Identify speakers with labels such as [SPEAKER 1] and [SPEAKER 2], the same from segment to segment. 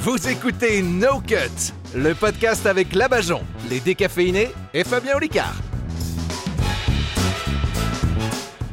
[SPEAKER 1] Vous écoutez No Cut, le podcast avec Labajon, les décaféinés et Fabien Olicard.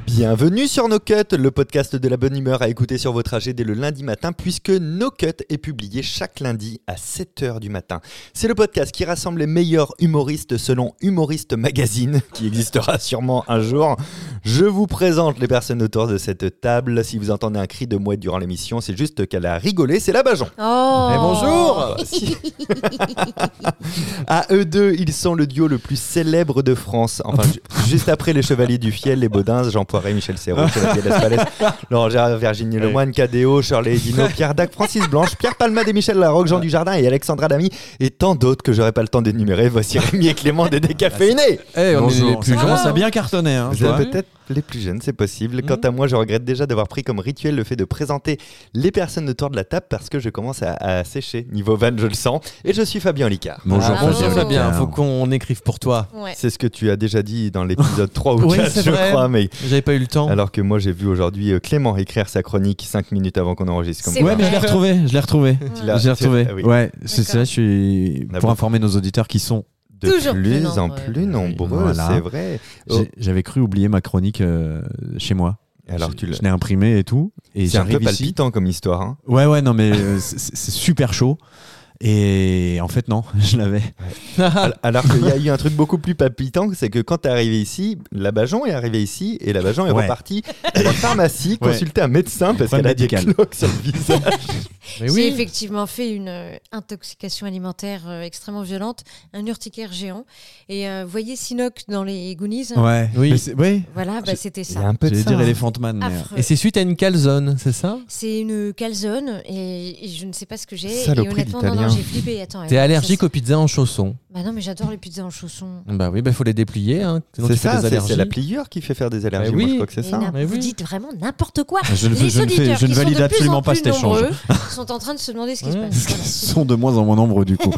[SPEAKER 2] Bienvenue sur No Cut, le podcast de la bonne humeur à écouter sur votre trajet dès le lundi matin, puisque No Cut est publié chaque lundi à 7h du matin. C'est le podcast qui rassemble les meilleurs humoristes selon Humoriste Magazine, qui existera sûrement un jour. Je vous présente les personnes autour de cette table. Si vous entendez un cri de mouette durant l'émission, c'est juste qu'elle a rigolé, c'est la Bajon.
[SPEAKER 3] Oh
[SPEAKER 2] Eh, bonjour À eux deux, ils sont le duo le plus célèbre de France. Enfin, ju- juste après les Chevaliers du Fiel, les Baudins, Jean Poiret, Michel Serrault, Chevalier Palais, Laurent Gérard, Virginie Lemoine, KDO, Shirley Dino, Pierre Dac, Francis Blanche, Pierre Palmade et Michel Larocque, Jean Dujardin et Alexandra Damy, et tant d'autres que j'aurais pas le temps d'énumérer. Voici Rémi et Clément des décaféinés
[SPEAKER 4] Eh, on
[SPEAKER 5] Bonjour.
[SPEAKER 4] est les plus
[SPEAKER 5] Ça
[SPEAKER 4] jeunes.
[SPEAKER 5] commence à bien cartonner. Hein,
[SPEAKER 2] Vous
[SPEAKER 5] tu vois.
[SPEAKER 2] êtes peut-être les plus jeunes, c'est possible.
[SPEAKER 3] Mhm.
[SPEAKER 2] Quant à moi, je regrette déjà d'avoir pris comme rituel le fait de présenter les personnes autour de la table parce que je commence à, à sécher. Niveau van, je le sens. Et je suis Fabien Licard.
[SPEAKER 5] Bonjour,
[SPEAKER 3] Ah, bonjour,
[SPEAKER 5] Fabien.
[SPEAKER 4] Fabien,
[SPEAKER 5] Olicard.
[SPEAKER 4] faut qu'on écrive pour toi.
[SPEAKER 3] Ouais.
[SPEAKER 2] C'est ce que tu as déjà dit dans l'épisode 3 ou
[SPEAKER 4] Oui,
[SPEAKER 2] 4,
[SPEAKER 4] c'est
[SPEAKER 2] je
[SPEAKER 4] vrai.
[SPEAKER 2] crois. Mais...
[SPEAKER 4] J'avais pas eu le temps.
[SPEAKER 2] Alors que moi, j'ai vu aujourd'hui euh, Clément écrire sa chronique 5 minutes avant qu'on enregistre. Comme
[SPEAKER 3] C'est
[SPEAKER 2] quoi.
[SPEAKER 5] Ouais, mais je l'ai retrouvé. Je l'ai retrouvé.
[SPEAKER 2] Tu l'as-
[SPEAKER 5] Je l'ai
[SPEAKER 2] tu-
[SPEAKER 5] retrouvé.
[SPEAKER 2] ah oui.
[SPEAKER 5] Ouais, c'est c'est vrai, je suis.
[SPEAKER 2] On a
[SPEAKER 5] Pour
[SPEAKER 2] beaucoup-
[SPEAKER 5] informer nos auditeurs qui sont.
[SPEAKER 2] De
[SPEAKER 3] Toujours plus
[SPEAKER 2] plus en
[SPEAKER 3] nombreux.
[SPEAKER 2] plus nombreux,
[SPEAKER 5] Voilà.
[SPEAKER 2] c'est vrai. Oh.
[SPEAKER 5] j'ai- J'avais cru oublier ma chronique euh, chez moi.
[SPEAKER 2] Alors
[SPEAKER 5] Je-
[SPEAKER 2] tu l'as-
[SPEAKER 5] Je l'ai imprimée et tout. Et
[SPEAKER 2] C'est un peu
[SPEAKER 5] j'arrive ici.
[SPEAKER 2] palpitant comme histoire. hein.
[SPEAKER 5] Ouais, ouais, non, mais euh, c'est- c'est c'est super chaud. Et en fait, non, je l'avais.
[SPEAKER 2] Al- Alors qu'il y a eu un truc beaucoup plus palpitant, c'est que quand t'es arrivé ici, la Bajon est arrivée ici et la Bajon est
[SPEAKER 5] Ouais.
[SPEAKER 2] repartie à la pharmacie
[SPEAKER 5] Ouais.
[SPEAKER 2] consulter un médecin parce
[SPEAKER 5] Problème
[SPEAKER 2] qu'elle a des
[SPEAKER 5] médical.
[SPEAKER 2] cloques sur le visage.
[SPEAKER 3] J'ai
[SPEAKER 4] Mais Eh oui,
[SPEAKER 3] effectivement fait une euh, intoxication alimentaire euh, extrêmement violente, un urticaire géant. Et euh, voyez Sinoc dans les Goonies hein
[SPEAKER 5] Ouais.
[SPEAKER 4] Oui.
[SPEAKER 5] Mais c'est- Ouais.
[SPEAKER 3] Voilà, bah, c'était
[SPEAKER 2] Il y a
[SPEAKER 3] ça.
[SPEAKER 2] un Ah. peu de
[SPEAKER 5] J'allais
[SPEAKER 2] ça.
[SPEAKER 5] dire
[SPEAKER 2] hein.
[SPEAKER 5] Elephant Man. mais, euh,
[SPEAKER 3] Affreux.
[SPEAKER 4] et c'est suite à une calzone, c'est ça
[SPEAKER 3] C'est une calzone et, et je ne sais pas ce que j'ai. Et
[SPEAKER 2] Saloperie
[SPEAKER 3] honnêtement, non, non,
[SPEAKER 2] d'Italien.
[SPEAKER 3] j'ai flippé. Attends,
[SPEAKER 4] T'es
[SPEAKER 3] attends,
[SPEAKER 4] allergique
[SPEAKER 3] ça,
[SPEAKER 4] aux pizzas en chaussons
[SPEAKER 3] c'est- Bah non, mais j'adore les pizzas en chaussons.
[SPEAKER 4] Bah oui, bah faut les déplier, hein, sinon
[SPEAKER 2] C'est
[SPEAKER 4] tu fais
[SPEAKER 2] ça,
[SPEAKER 4] des
[SPEAKER 2] c'est- c'est
[SPEAKER 4] allergies.
[SPEAKER 2] la pliure qui fait faire des allergies.
[SPEAKER 4] Mais
[SPEAKER 2] Moi, je
[SPEAKER 4] oui.
[SPEAKER 2] crois que c'est
[SPEAKER 3] Mais
[SPEAKER 2] ça. hein.
[SPEAKER 3] n'importe-
[SPEAKER 4] Mais
[SPEAKER 3] Vous
[SPEAKER 4] oui.
[SPEAKER 3] dites vraiment n'importe quoi.
[SPEAKER 5] Je ne-
[SPEAKER 3] les
[SPEAKER 5] je ne fais-
[SPEAKER 3] auditeurs
[SPEAKER 5] je ne
[SPEAKER 3] qui sont
[SPEAKER 5] valide
[SPEAKER 3] de plus
[SPEAKER 5] absolument
[SPEAKER 3] en
[SPEAKER 5] pas
[SPEAKER 3] plus
[SPEAKER 5] cet échange.
[SPEAKER 3] nombreux sont en train de se demander ce qui se
[SPEAKER 4] Ouais.
[SPEAKER 3] passe.
[SPEAKER 5] Ils
[SPEAKER 3] Voilà.
[SPEAKER 5] sont de moins en moins nombreux du coup.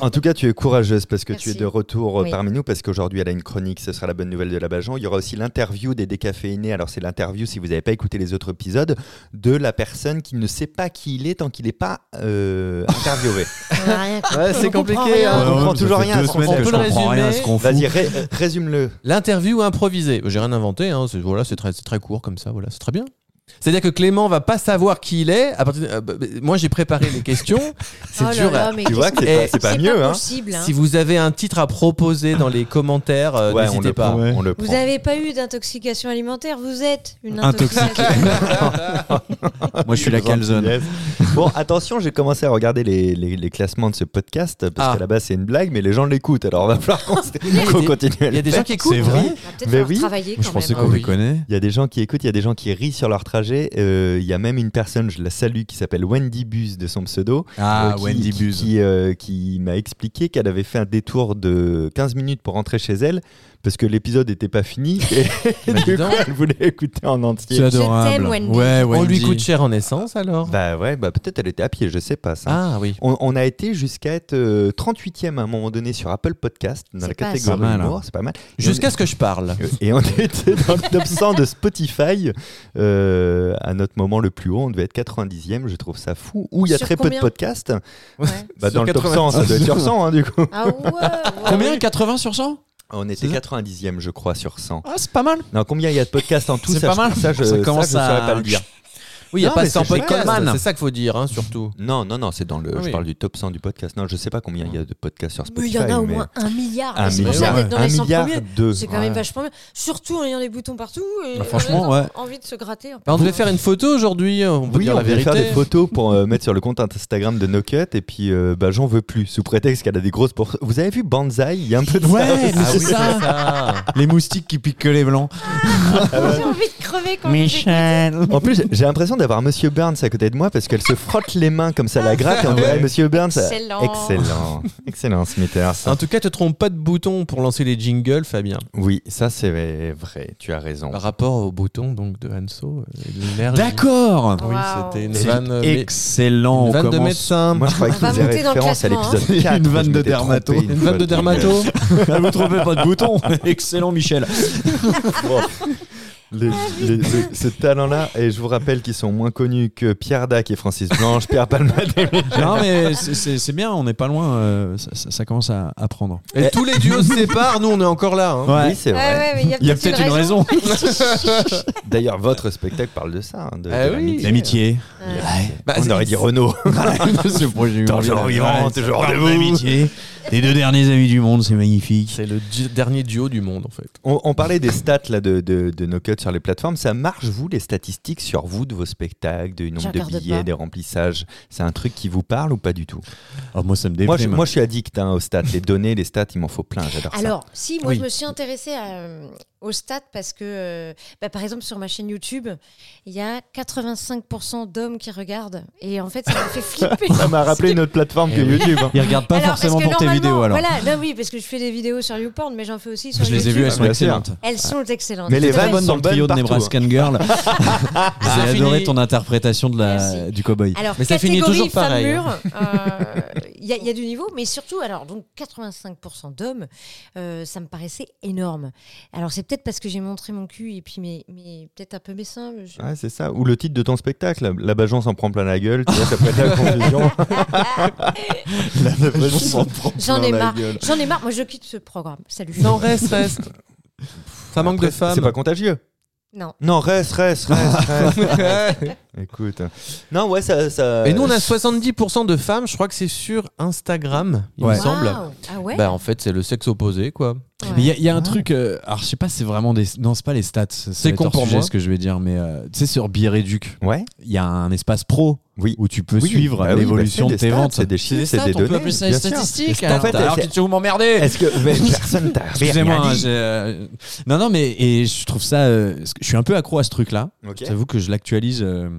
[SPEAKER 2] En tout cas, tu es courageuse parce que tu es
[SPEAKER 3] Merci.
[SPEAKER 2] de retour euh,
[SPEAKER 3] Oui.
[SPEAKER 2] parmi nous parce qu'aujourd'hui, elle a une chronique, ce sera la bonne nouvelle de la Bajon. Il y aura aussi l'interview des décaféinés. Alors, c'est l'interview, si vous n'avez pas écouté les autres épisodes, de la personne qui ne sait pas qui il est tant qu'il n'est pas euh, interviewé.
[SPEAKER 3] On a rien compris.
[SPEAKER 4] Ouais, c'est
[SPEAKER 3] On comprend
[SPEAKER 4] compliqué,
[SPEAKER 3] rien.
[SPEAKER 2] On hein.
[SPEAKER 5] Ouais, ouais,
[SPEAKER 2] comprend
[SPEAKER 5] mais ça
[SPEAKER 2] toujours
[SPEAKER 5] fait
[SPEAKER 2] rien à
[SPEAKER 5] Deux
[SPEAKER 2] ce qu'on
[SPEAKER 5] semaines
[SPEAKER 2] fait.
[SPEAKER 5] que je
[SPEAKER 4] On peut le
[SPEAKER 5] comprends rien à ce
[SPEAKER 4] résumer.
[SPEAKER 5] qu'on fout.
[SPEAKER 2] Vas-y, ré- ré- résume-le.
[SPEAKER 4] L'interview improvisée, j'ai rien inventé, hein, c'est voilà, c'est très, c'est très court comme ça, voilà, c'est très bien. C'est-à-dire que Clément va pas savoir qui il est. à partir de- euh, bah, bah, moi j'ai préparé les questions. C'est
[SPEAKER 3] Oh là
[SPEAKER 4] dur. à-
[SPEAKER 3] là, mais
[SPEAKER 2] Tu vois que c'est
[SPEAKER 4] Eh,
[SPEAKER 2] pas- c'est pas, mieux. hein.
[SPEAKER 3] possible, hein.
[SPEAKER 4] Si vous avez un titre à proposer dans les commentaires, euh,
[SPEAKER 2] Ouais, on
[SPEAKER 4] n'hésitez
[SPEAKER 2] le
[SPEAKER 4] pas.
[SPEAKER 2] prend,
[SPEAKER 5] Ouais.
[SPEAKER 2] on le
[SPEAKER 3] Vous
[SPEAKER 2] prend.
[SPEAKER 3] n'avez pas eu d'intoxication alimentaire, vous êtes une
[SPEAKER 5] Intoxiqué.
[SPEAKER 3] intoxication.
[SPEAKER 5] Moi je suis la calzone.
[SPEAKER 2] Yes. Bon, attention, j'ai commencé à regarder les, les- les classements de ce podcast parce
[SPEAKER 4] Ah.
[SPEAKER 2] qu'à la base, c'est une blague, mais les gens l'écoutent. Alors, on va falloir qu'on qu'on continue. à
[SPEAKER 4] Il y a
[SPEAKER 2] le
[SPEAKER 4] des
[SPEAKER 2] faire.
[SPEAKER 4] gens qui écoutent.
[SPEAKER 5] C'est vrai
[SPEAKER 3] On va peut-être
[SPEAKER 2] Mais
[SPEAKER 3] falloir
[SPEAKER 2] oui.
[SPEAKER 3] travailler quand
[SPEAKER 5] Je pensais
[SPEAKER 3] même.
[SPEAKER 4] Ah
[SPEAKER 5] qu'on
[SPEAKER 4] oui.
[SPEAKER 5] les connaît.
[SPEAKER 2] Il y a des gens qui écoutent, il y a des gens qui rient sur leur trajet. Euh, Il y a même une personne, je la salue, qui s'appelle Wendy Buse de son pseudo.
[SPEAKER 4] Ah,
[SPEAKER 5] Ah,
[SPEAKER 2] euh, qui, qui- Qui, euh, qui m'a expliqué qu'elle avait fait un détour de 15 minutes pour rentrer chez elle parce que l'épisode n'était pas fini et,
[SPEAKER 4] Bah, dis
[SPEAKER 2] du coup
[SPEAKER 4] donc.
[SPEAKER 2] elle voulait écouter en entier.
[SPEAKER 5] C'est adorable.
[SPEAKER 3] Wendy.
[SPEAKER 5] Ouais,
[SPEAKER 4] On lui
[SPEAKER 5] Wendy.
[SPEAKER 4] coûte cher en essence alors
[SPEAKER 2] Bah ouais, bah peut-être elle était à pied, je sais pas ça.
[SPEAKER 4] Ah oui.
[SPEAKER 2] On, on a été jusqu'à être euh, 38e à un moment donné sur Apple Podcast dans
[SPEAKER 3] C'est
[SPEAKER 2] la
[SPEAKER 3] pas
[SPEAKER 2] catégorie
[SPEAKER 5] assez. Pas mal, hein.
[SPEAKER 2] humour, c'est pas mal.
[SPEAKER 4] Jusqu'à ce que je parle.
[SPEAKER 2] Et on était dans le top 100 de Spotify euh, à notre moment le plus haut. On devait être 90e, je trouve ça fou. Où il y a
[SPEAKER 3] Sur
[SPEAKER 2] très peu de
[SPEAKER 3] combien
[SPEAKER 2] podcasts.
[SPEAKER 3] Ouais.
[SPEAKER 2] Bah,
[SPEAKER 4] Sur
[SPEAKER 2] dans le top 100,
[SPEAKER 4] 80.
[SPEAKER 2] ça doit être sur 100 hein, du coup.
[SPEAKER 3] Ah ouais, ouais.
[SPEAKER 5] Combien 80 sur 100
[SPEAKER 2] On était
[SPEAKER 5] C'est ça
[SPEAKER 2] 90e, je crois, sur 100.
[SPEAKER 5] Ah, c'est pas mal.
[SPEAKER 2] Non, combien il y a de podcasts en tout
[SPEAKER 5] C'est
[SPEAKER 2] ça,
[SPEAKER 5] pas
[SPEAKER 2] je-
[SPEAKER 5] mal.
[SPEAKER 2] Ça, je
[SPEAKER 5] Ça
[SPEAKER 2] ça, je
[SPEAKER 5] commence
[SPEAKER 2] saurais
[SPEAKER 5] à-
[SPEAKER 2] pas le dire.
[SPEAKER 4] Oui, il n'y a
[SPEAKER 2] Non,
[SPEAKER 4] pas
[SPEAKER 2] mais
[SPEAKER 4] 100
[SPEAKER 2] c'est génial.
[SPEAKER 4] podcasts.
[SPEAKER 5] Man.
[SPEAKER 4] C'est ça qu'il faut dire, hein, surtout.
[SPEAKER 2] Non, non, non, c'est dans le.
[SPEAKER 4] Ah
[SPEAKER 2] Je
[SPEAKER 4] oui.
[SPEAKER 2] parle du top 100 du podcast. Non, je sais pas combien il y a de podcasts sur
[SPEAKER 3] Mais il
[SPEAKER 2] Spotify.
[SPEAKER 3] y en a au
[SPEAKER 2] mais-
[SPEAKER 3] moins un milliard.
[SPEAKER 2] Un
[SPEAKER 3] C'est pour
[SPEAKER 2] milliard,
[SPEAKER 3] ça d'être dans
[SPEAKER 2] un
[SPEAKER 3] les 100
[SPEAKER 2] milliard
[SPEAKER 3] premiers.
[SPEAKER 2] deux.
[SPEAKER 3] C'est quand même vachement bien. Surtout en ayant des boutons partout. Et euh,
[SPEAKER 5] Bah, franchement,
[SPEAKER 3] en ayant
[SPEAKER 5] ouais.
[SPEAKER 3] Envie de se gratter. un peu.
[SPEAKER 4] Bah, on devait faire une photo aujourd'hui, hein, on peut
[SPEAKER 2] Oui,
[SPEAKER 4] dire
[SPEAKER 2] on
[SPEAKER 4] la
[SPEAKER 2] devait
[SPEAKER 4] vérité.
[SPEAKER 2] faire des photos pour euh, mettre sur le compte Instagram de No Cut et puis euh, bah, j'en veux plus sous prétexte qu'elle a des grosses bourses. Vous avez vu Banzai Il y a un peu de ça.
[SPEAKER 5] Ouais, mais
[SPEAKER 4] Ah
[SPEAKER 5] c'est
[SPEAKER 4] oui,
[SPEAKER 5] ça.
[SPEAKER 4] ça.
[SPEAKER 5] Les moustiques qui piquent que les blancs.
[SPEAKER 3] J'ai envie de crever quand même.
[SPEAKER 5] Michel.
[SPEAKER 2] En plus, j'ai l'impression d'avoir Monsieur Burns à côté de moi parce qu'elle se frotte les mains comme ça, la gratte et on dit Ah, Monsieur Burns.
[SPEAKER 3] Excellent.
[SPEAKER 2] Excellent. Excellent, Smithers.
[SPEAKER 4] En tout cas, te trompe pas de bouton pour lancer les jingles, Fabien.
[SPEAKER 2] Oui, ça c'est vrai, tu as raison.
[SPEAKER 4] Par rapport au bouton donc, de Hanso, euh, de l'énergie.
[SPEAKER 5] D'accord.
[SPEAKER 4] Oui,
[SPEAKER 3] Wow.
[SPEAKER 4] c'était une
[SPEAKER 2] C'est
[SPEAKER 4] vanne, euh, mé-
[SPEAKER 5] Excellent.
[SPEAKER 4] une
[SPEAKER 5] on
[SPEAKER 4] vanne de
[SPEAKER 5] commence-
[SPEAKER 4] médecin.
[SPEAKER 2] Moi je croyais que
[SPEAKER 3] On va
[SPEAKER 2] tu faisais
[SPEAKER 3] monter dans le
[SPEAKER 2] référence à
[SPEAKER 3] classement,
[SPEAKER 2] l'épisode
[SPEAKER 5] hein.
[SPEAKER 2] 4.
[SPEAKER 5] Une vanne
[SPEAKER 2] je
[SPEAKER 5] de
[SPEAKER 2] m'étais trompé
[SPEAKER 5] dermato.
[SPEAKER 4] Une vanne de
[SPEAKER 2] fois,
[SPEAKER 4] dermato.
[SPEAKER 5] Ah, vous trouvez pas de bouton Excellent, Michel.
[SPEAKER 2] Bon. Les- les- ce, ce talent-là, et je vous rappelle qu'ils sont moins connus que Pierre Dac et Francis Blanche, Pierre Palmade et
[SPEAKER 5] Non, mais c'est- c'est c'est bien, on n'est pas loin. euh, ça, ça- ça commence à, à prendre.
[SPEAKER 4] Et tous les duos se séparent, nous on est encore là. hein.
[SPEAKER 5] Ouais.
[SPEAKER 2] Oui, c'est
[SPEAKER 3] Ouais,
[SPEAKER 2] vrai.
[SPEAKER 3] ouais, mais
[SPEAKER 5] Il y a peut-être une raison.
[SPEAKER 2] D'ailleurs, votre spectacle parle de ça. hein, de,
[SPEAKER 4] Ah
[SPEAKER 2] de
[SPEAKER 4] oui.
[SPEAKER 2] l'amitié.
[SPEAKER 5] L'amitié.
[SPEAKER 3] Ouais.
[SPEAKER 4] Bah,
[SPEAKER 2] On
[SPEAKER 4] c'est-
[SPEAKER 2] aurait dit Renaud.
[SPEAKER 5] Ce projet
[SPEAKER 2] Toujours
[SPEAKER 5] humain.
[SPEAKER 2] vivant,
[SPEAKER 5] Ouais,
[SPEAKER 2] toujours
[SPEAKER 5] ça parle
[SPEAKER 2] debout.
[SPEAKER 5] d'amitié. Les deux derniers amis du monde, c'est magnifique.
[SPEAKER 4] C'est le di- dernier duo du monde en fait.
[SPEAKER 2] On, on parlait des stats là, de, de, de nos cuts sur les plateformes. Ça marche, vous, les statistiques sur vous, de vos spectacles, du nombre de
[SPEAKER 3] regarde
[SPEAKER 2] billets,
[SPEAKER 3] pas.
[SPEAKER 2] des remplissages C'est un truc qui vous parle ou pas du tout
[SPEAKER 5] Oh, moi, ça me
[SPEAKER 2] moi je,
[SPEAKER 5] déprime.
[SPEAKER 2] moi, je suis addict hein, aux stats. Les données, les stats, il m'en faut plein. J'adore ça.
[SPEAKER 3] Alors, si, moi,
[SPEAKER 5] Oui.
[SPEAKER 3] je me suis intéressée à, euh, au stade parce que, euh, bah, par exemple, sur ma chaîne YouTube, il y a 85% d'hommes qui regardent. Et en fait, ça m'a fait flipper.
[SPEAKER 2] Ça m'a rappelé une autre plateforme que
[SPEAKER 5] Eh oui.
[SPEAKER 2] YouTube. hein.
[SPEAKER 5] Ils regardent pas
[SPEAKER 3] Alors, parce
[SPEAKER 5] forcément
[SPEAKER 3] que
[SPEAKER 5] pour tes
[SPEAKER 3] normalement,
[SPEAKER 5] vidéos alors.
[SPEAKER 3] Voilà, non, oui, parce que je fais des vidéos sur YouPorn, mais j'en fais aussi sur
[SPEAKER 5] Je les ai
[SPEAKER 3] YouTube.
[SPEAKER 5] vues, elles sont
[SPEAKER 2] Bien sûr.
[SPEAKER 5] excellentes.
[SPEAKER 3] Elles sont excellentes.
[SPEAKER 2] Mais les
[SPEAKER 3] Tout à
[SPEAKER 2] vraies
[SPEAKER 3] fait.
[SPEAKER 2] bonnes
[SPEAKER 5] Dans le trio de
[SPEAKER 2] partout, Ah,
[SPEAKER 5] Nebraskan Girl. J'ai
[SPEAKER 4] C'est
[SPEAKER 5] adoré
[SPEAKER 4] Ah, fini.
[SPEAKER 5] ton interprétation de la,
[SPEAKER 3] Merci.
[SPEAKER 5] du cowboy.
[SPEAKER 3] Alors,
[SPEAKER 4] Mais ça finit
[SPEAKER 3] catégorie
[SPEAKER 4] toujours
[SPEAKER 3] femme
[SPEAKER 4] pareil,
[SPEAKER 3] mûre, euh, il y, a- il y a du niveau, mais surtout, alors, donc 85% d'hommes, euh, ça me paraissait énorme. Alors, c'est peut-être parce que j'ai montré mon cul et puis mes, mes- peut-être un peu mes seins. je-
[SPEAKER 2] Ouais, c'est ça. Ou le titre de ton spectacle. La Bajon s'en prend plein la gueule. Tu vois, ça prête à la confusion. la Bajon s'en prend
[SPEAKER 3] J'en ai marre. J'en ai marre. Moi, je quitte ce programme. Salut.
[SPEAKER 4] Non, reste, reste. Ça manque de femmes.
[SPEAKER 2] C'est pas contagieux.
[SPEAKER 3] Non.
[SPEAKER 2] Non, reste, reste, reste. reste. Écoute. Non, ouais, ça. ça-
[SPEAKER 4] Et nous on a 70% de femmes, je crois que c'est sur Instagram, il
[SPEAKER 5] Ouais.
[SPEAKER 4] me semble.
[SPEAKER 3] Waouh. Ah ouais.
[SPEAKER 4] Bah en fait c'est le sexe opposé quoi.
[SPEAKER 3] Ouais.
[SPEAKER 5] Mais il y a, il y a un truc, euh, alors je sais pas, si c'est vraiment des. Non, c'est pas les stats.
[SPEAKER 4] C'est con pour
[SPEAKER 5] sujet,
[SPEAKER 4] moi.
[SPEAKER 5] ce que je vais dire, mais euh, tu sais, sur Biréduc,
[SPEAKER 2] Ouais.
[SPEAKER 5] il y a un espace pro
[SPEAKER 2] Oui.
[SPEAKER 5] où tu peux
[SPEAKER 2] Oui,
[SPEAKER 5] suivre
[SPEAKER 2] bah oui,
[SPEAKER 5] l'évolution
[SPEAKER 2] bah
[SPEAKER 5] de
[SPEAKER 2] c'est
[SPEAKER 5] tes
[SPEAKER 2] des stats,
[SPEAKER 5] ventes.
[SPEAKER 2] C'est des chiffres, c'est des
[SPEAKER 4] on peut
[SPEAKER 2] données.
[SPEAKER 4] appeler ça les
[SPEAKER 2] bien sûr.
[SPEAKER 4] statistiques.
[SPEAKER 2] En fait,
[SPEAKER 4] alors
[SPEAKER 2] c'est-
[SPEAKER 4] que tu vous m'emmerdez.
[SPEAKER 2] Est-ce que mais personne t'a
[SPEAKER 5] Excusez-moi,
[SPEAKER 2] rien
[SPEAKER 5] hein,
[SPEAKER 2] dit
[SPEAKER 5] j'ai, euh, non, non, mais et je trouve ça. euh, je suis un peu accro à ce truc-là.
[SPEAKER 2] Ok.
[SPEAKER 5] J'avoue que je l'actualise. euh,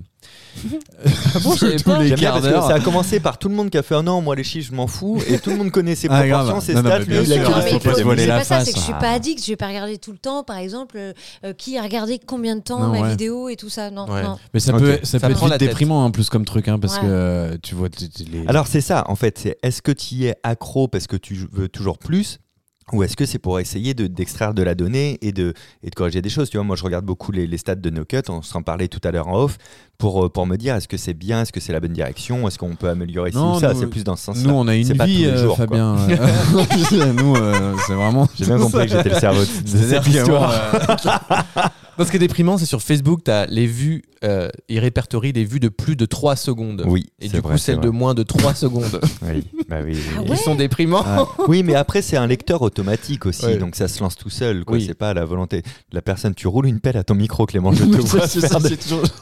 [SPEAKER 4] Tous les
[SPEAKER 2] J'aime bien
[SPEAKER 4] quarts
[SPEAKER 2] parce que
[SPEAKER 4] d'heure.
[SPEAKER 2] ça a commencé par tout le monde qui a fait un an, moi les chiffres, je m'en fous, et tout le monde connaît ses
[SPEAKER 5] Ah,
[SPEAKER 2] proportions,
[SPEAKER 5] grave.
[SPEAKER 2] ses
[SPEAKER 5] Non, non,
[SPEAKER 2] stats,
[SPEAKER 5] mais
[SPEAKER 2] lui,
[SPEAKER 5] bien
[SPEAKER 2] il a
[SPEAKER 5] sûr,
[SPEAKER 2] que
[SPEAKER 5] mais
[SPEAKER 2] des
[SPEAKER 5] il
[SPEAKER 3] mais le
[SPEAKER 5] faut
[SPEAKER 2] données.
[SPEAKER 5] pas se
[SPEAKER 3] problème,
[SPEAKER 5] voiler
[SPEAKER 3] c'est
[SPEAKER 5] la
[SPEAKER 3] pas ça, c'est
[SPEAKER 5] face.
[SPEAKER 3] que je suis pas addict, je vais pas regarder tout le temps, par exemple, euh, euh, qui a regardé combien de temps
[SPEAKER 5] Non,
[SPEAKER 3] ma
[SPEAKER 5] ouais.
[SPEAKER 3] vidéo et tout ça. Non,
[SPEAKER 4] Ouais.
[SPEAKER 3] non.
[SPEAKER 5] Mais ça
[SPEAKER 2] Ok.
[SPEAKER 5] peut, ça
[SPEAKER 4] Ça
[SPEAKER 5] peut
[SPEAKER 4] prend
[SPEAKER 5] être
[SPEAKER 4] la
[SPEAKER 5] vite
[SPEAKER 4] tête.
[SPEAKER 5] déprimant en plus comme truc, hein, parce
[SPEAKER 3] Ouais.
[SPEAKER 5] que euh, tu vois. t- t- les-
[SPEAKER 2] Alors c'est ça, en fait, c'est est-ce que tu y es accro parce que tu veux toujours plus ou est-ce que c'est pour essayer de- d'extraire de, la donnée et de, et de corriger des choses Tu vois, moi je regarde beaucoup les, les stats de No Cut, on s'en parlait tout à l'heure en off, pour, euh, pour me dire est-ce que c'est bien, est-ce que c'est la bonne direction, est-ce qu'on peut améliorer ci
[SPEAKER 5] Non,
[SPEAKER 2] ou ça,
[SPEAKER 5] nous-
[SPEAKER 2] c'est plus dans ce sens-là.
[SPEAKER 5] nous, on a
[SPEAKER 2] c'est
[SPEAKER 5] une
[SPEAKER 2] pas tous
[SPEAKER 5] vie,
[SPEAKER 2] les
[SPEAKER 5] euh,
[SPEAKER 2] jours, quoi.
[SPEAKER 5] Fabien. nous, euh, c'est vraiment.
[SPEAKER 2] J'ai bien compris que j'étais le cerveau de- de
[SPEAKER 5] C'est-à-dire
[SPEAKER 2] cette
[SPEAKER 5] que,
[SPEAKER 2] histoire.
[SPEAKER 4] Non, ce qui est déprimant, c'est sur Facebook, tu as les vues, euh, ils répertorient les vues de plus de 3 secondes.
[SPEAKER 2] Oui,
[SPEAKER 4] Et
[SPEAKER 2] c'est
[SPEAKER 4] du
[SPEAKER 2] vrai,
[SPEAKER 4] coup,
[SPEAKER 2] c'est
[SPEAKER 4] celles de moins de 3 secondes.
[SPEAKER 2] vrai. Oui, bah oui, oui.
[SPEAKER 3] Ah
[SPEAKER 4] Ils
[SPEAKER 3] ouais
[SPEAKER 4] sont déprimants.
[SPEAKER 2] Ah. Oui, mais après, c'est un lecteur automatique aussi,
[SPEAKER 4] Ouais.
[SPEAKER 2] donc ça se lance tout seul. quoi.
[SPEAKER 4] Oui.
[SPEAKER 2] C'est pas la volonté de la personne. Tu roules une pelle à ton micro, Clément. Je te vois faire des-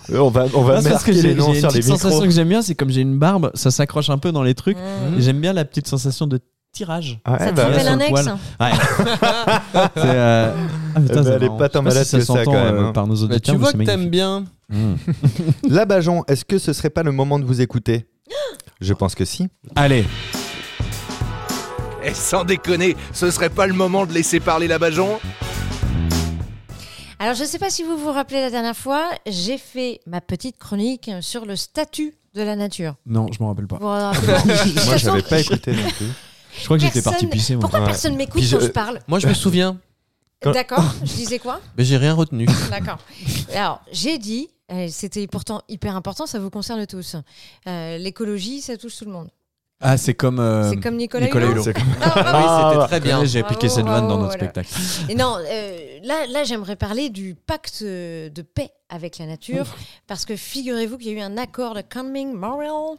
[SPEAKER 2] Euh, On va, on va
[SPEAKER 5] Non, Ah, c'est parce que
[SPEAKER 2] marquer
[SPEAKER 5] j'ai j'ai
[SPEAKER 2] les
[SPEAKER 5] une
[SPEAKER 2] noms sur les
[SPEAKER 5] petite sensation
[SPEAKER 2] micros.
[SPEAKER 5] que j'aime bien, c'est comme j'ai une barbe, ça s'accroche un peu dans les trucs.
[SPEAKER 3] Mmh.
[SPEAKER 5] Et J'aime bien la petite sensation de tirage.
[SPEAKER 2] Ah,
[SPEAKER 3] Ça
[SPEAKER 2] eh
[SPEAKER 3] te
[SPEAKER 2] ben,
[SPEAKER 3] rappelle
[SPEAKER 5] sur
[SPEAKER 3] un
[SPEAKER 5] le
[SPEAKER 3] ex
[SPEAKER 5] poil. C'est, euh, ah,
[SPEAKER 2] Eh ben,
[SPEAKER 5] c'est
[SPEAKER 2] elle est
[SPEAKER 5] marrant.
[SPEAKER 2] pas tant
[SPEAKER 5] Je sais
[SPEAKER 2] malade
[SPEAKER 5] si ça
[SPEAKER 2] que ça,
[SPEAKER 5] s'entend,
[SPEAKER 2] quand même,
[SPEAKER 5] euh,
[SPEAKER 2] hein.
[SPEAKER 5] par nos
[SPEAKER 4] Bah,
[SPEAKER 5] auditeurs.
[SPEAKER 4] tu
[SPEAKER 5] mais
[SPEAKER 4] vois
[SPEAKER 5] c'est
[SPEAKER 4] que t'aimes
[SPEAKER 5] magnifique.
[SPEAKER 4] bien.
[SPEAKER 5] Mmh.
[SPEAKER 2] Là, Bajon, est-ce que ce serait pas le moment de vous écouter Je pense que si.
[SPEAKER 5] Allez,
[SPEAKER 1] Et sans déconner, ce serait pas le moment de laisser parler la Bajon
[SPEAKER 3] Alors, je ne sais pas si vous vous rappelez la dernière fois, j'ai fait ma petite chronique sur le statut de la nature.
[SPEAKER 5] non, je m'en rappelle pas.
[SPEAKER 3] Vous vous rappelez De toute
[SPEAKER 2] Moi,
[SPEAKER 3] façon,
[SPEAKER 2] j'avais pas écouté non plus.
[SPEAKER 5] Je crois que j'étais
[SPEAKER 3] personne-
[SPEAKER 5] parti pisser. Moi.
[SPEAKER 3] Pourquoi
[SPEAKER 2] Ouais.
[SPEAKER 3] personne m'écoute
[SPEAKER 2] Puis je-
[SPEAKER 3] quand je parle
[SPEAKER 4] Moi, je me souviens,
[SPEAKER 2] quand-
[SPEAKER 3] D'accord, je disais quoi
[SPEAKER 4] mais j'ai rien retenu.
[SPEAKER 3] D'accord. Alors, j'ai dit, euh, c'était pourtant hyper important, ça vous concerne tous. Euh, L'écologie, ça touche tout le monde.
[SPEAKER 5] Ah, c'est comme. euh,
[SPEAKER 3] C'est comme Nicolas,
[SPEAKER 5] Nicolas
[SPEAKER 3] Hulot.
[SPEAKER 5] Hulot.
[SPEAKER 3] Ah, bravo.
[SPEAKER 4] oui, c'était
[SPEAKER 2] bah.
[SPEAKER 4] très bien.
[SPEAKER 5] J'ai appliqué
[SPEAKER 3] Bravo,
[SPEAKER 5] cette vanne dans
[SPEAKER 3] bravo,
[SPEAKER 5] notre
[SPEAKER 3] Oh, voilà.
[SPEAKER 5] spectacle.
[SPEAKER 3] Et non, euh, là, là j'aimerais parler du pacte euh, de paix avec la nature, parce que figurez-vous qu'il y a eu un accord de Kunming-Montreal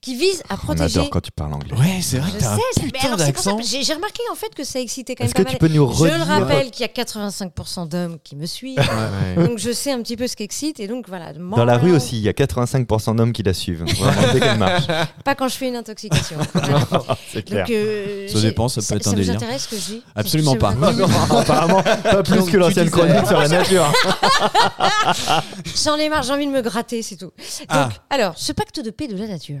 [SPEAKER 3] qui vise à
[SPEAKER 2] On
[SPEAKER 3] protéger.
[SPEAKER 2] adore quand tu parles anglais.
[SPEAKER 5] Ouais, c'est vrai
[SPEAKER 3] Je
[SPEAKER 5] que
[SPEAKER 3] sais,
[SPEAKER 5] t'as un
[SPEAKER 3] mais
[SPEAKER 5] putain
[SPEAKER 3] alors c'est pour ça
[SPEAKER 5] d'accent.
[SPEAKER 3] que j'ai j'ai remarqué en fait que ça excitait quand même
[SPEAKER 2] Est-ce
[SPEAKER 3] pas
[SPEAKER 2] que tu
[SPEAKER 3] mal.
[SPEAKER 2] peux nous
[SPEAKER 3] Je
[SPEAKER 2] redire
[SPEAKER 3] le rappelle qu'il y a 85% d'hommes qui me suivent, donc je sais un petit peu ce qui excite et donc voilà.
[SPEAKER 2] Dans la
[SPEAKER 3] Montreal,
[SPEAKER 2] rue aussi, il y a 85% d'hommes qui la suivent. Vraiment, dès qu'elle marche. Oh,
[SPEAKER 3] Pas quand je fais une intoxication.
[SPEAKER 2] C'est clair.
[SPEAKER 3] donc, euh,
[SPEAKER 5] Ça
[SPEAKER 3] j'ai-
[SPEAKER 5] dépend, ça peut être un
[SPEAKER 3] ça
[SPEAKER 5] délire.
[SPEAKER 3] vous intéresse ce que je dis
[SPEAKER 5] Absolument
[SPEAKER 3] Ça vous
[SPEAKER 5] pas.
[SPEAKER 3] intéresse
[SPEAKER 2] Apparemment, pas plus
[SPEAKER 4] Donc,
[SPEAKER 2] que
[SPEAKER 4] tu
[SPEAKER 2] l'ancienne
[SPEAKER 4] disais-
[SPEAKER 2] chronique sur la nature.
[SPEAKER 3] J'en ai marre, j'ai envie de me gratter, c'est tout. Donc,
[SPEAKER 4] Ah.
[SPEAKER 3] alors, ce pacte de paix de la nature,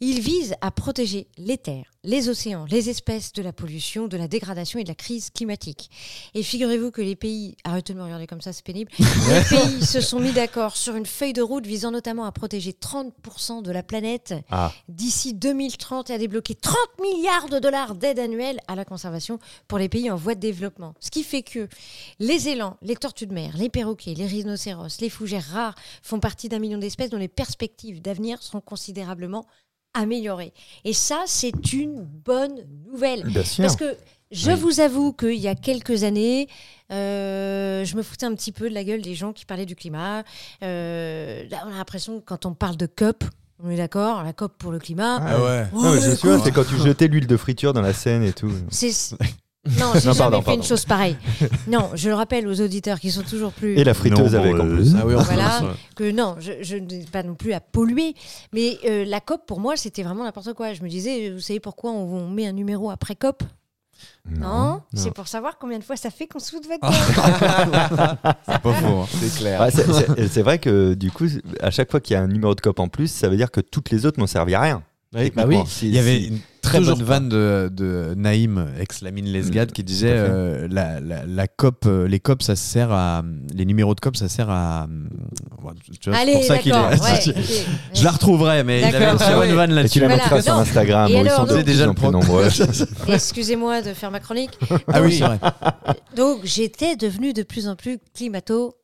[SPEAKER 3] il vise à protéger les terres, les océans, les espèces de la pollution, de la dégradation et de la crise climatique. Et figurez-vous que les pays, arrêtez de me regarder comme ça, c'est pénible, les pays se sont mis d'accord sur une feuille de route visant notamment à protéger 30% de la planète
[SPEAKER 2] Ah.
[SPEAKER 3] d'ici 2030 et à débloquer 30 milliards de dollars d'aide annuelle à la conservation pour les pays en voie de développement. Ce qui fait que les élans, les tortues de mer, les perroquets, les rhinocéros, les fougères rares font partie d'un million d'espèces dont les perspectives d'avenir seront considérablement améliorées. Et ça, c'est une bonne nouvelle.
[SPEAKER 2] Bien sûr.
[SPEAKER 3] Parce que je vous avoue qu'il y a quelques années, euh, je me foutais un petit peu de la gueule des gens qui parlaient du climat. Euh, là, on a l'impression que quand on parle de COP, on est d'accord, la COP pour le climat.
[SPEAKER 2] Ah
[SPEAKER 4] ouais.
[SPEAKER 3] Oh,
[SPEAKER 2] Non, mais je me
[SPEAKER 3] le
[SPEAKER 2] souviens,
[SPEAKER 3] con-
[SPEAKER 2] c'était quand tu jetais l'huile de friture dans la Seine et tout.
[SPEAKER 3] c'est- Non, j'ai
[SPEAKER 2] Non,
[SPEAKER 3] jamais
[SPEAKER 2] pardon,
[SPEAKER 3] fait
[SPEAKER 2] pardon.
[SPEAKER 3] une chose pareille. Non, je le rappelle aux auditeurs qui sont toujours plus.
[SPEAKER 2] Et la friteuse
[SPEAKER 5] Non,
[SPEAKER 2] avec en
[SPEAKER 5] euh,
[SPEAKER 2] plus.
[SPEAKER 4] Ah oui, on
[SPEAKER 3] Voilà.
[SPEAKER 4] commence, ouais.
[SPEAKER 3] que non, je, je n'ai pas non plus à polluer, mais euh, la COP pour moi c'était vraiment n'importe quoi. Je me disais, vous savez pourquoi on, on met un numéro après COP Non, c'est pour savoir combien de fois ça fait qu'on se fout de votre gueule.
[SPEAKER 5] C'est pas faux. hein.
[SPEAKER 1] C'est clair.
[SPEAKER 2] Ouais, c'est- c'est c'est vrai que du coup, à chaque fois qu'il y a un numéro de COP en plus, ça veut dire que toutes les autres n'ont servi à rien.
[SPEAKER 5] Oui, bah oui.
[SPEAKER 2] Techniquement, si-
[SPEAKER 5] Il y avait
[SPEAKER 2] si-
[SPEAKER 5] une très
[SPEAKER 2] Toujours
[SPEAKER 5] bonne
[SPEAKER 2] pas. Mm,
[SPEAKER 5] vanne de, de Naïm, ex-Lamine Lesgade, qui disait
[SPEAKER 2] tout à fait.
[SPEAKER 5] euh, la, la, la COP, euh, les COP, ça sert à. Les numéros de COP, ça sert à. euh, ouais, tu vois, c'est
[SPEAKER 3] Allez,
[SPEAKER 5] pour ça qu'il
[SPEAKER 3] d'accord,
[SPEAKER 5] est.
[SPEAKER 3] ouais, ok,
[SPEAKER 5] Je la retrouverai, mais il
[SPEAKER 3] D'accord.
[SPEAKER 5] avait une très
[SPEAKER 4] Ah
[SPEAKER 5] bonne
[SPEAKER 4] ouais.
[SPEAKER 5] vanne
[SPEAKER 2] Et tu
[SPEAKER 5] là-dessus.
[SPEAKER 2] la
[SPEAKER 3] Voilà.
[SPEAKER 2] mettras sur
[SPEAKER 3] Non.
[SPEAKER 2] Instagram,
[SPEAKER 3] Et
[SPEAKER 2] ils
[SPEAKER 3] alors,
[SPEAKER 2] sont de
[SPEAKER 3] donc-
[SPEAKER 2] plus
[SPEAKER 5] Déjà
[SPEAKER 2] en
[SPEAKER 5] le
[SPEAKER 2] plus
[SPEAKER 5] pro-
[SPEAKER 2] nombreux.
[SPEAKER 3] ouais. Excusez-moi de faire ma chronique.
[SPEAKER 5] Ah oui, c'est vrai.
[SPEAKER 3] Donc j'étais devenue de plus en plus climato.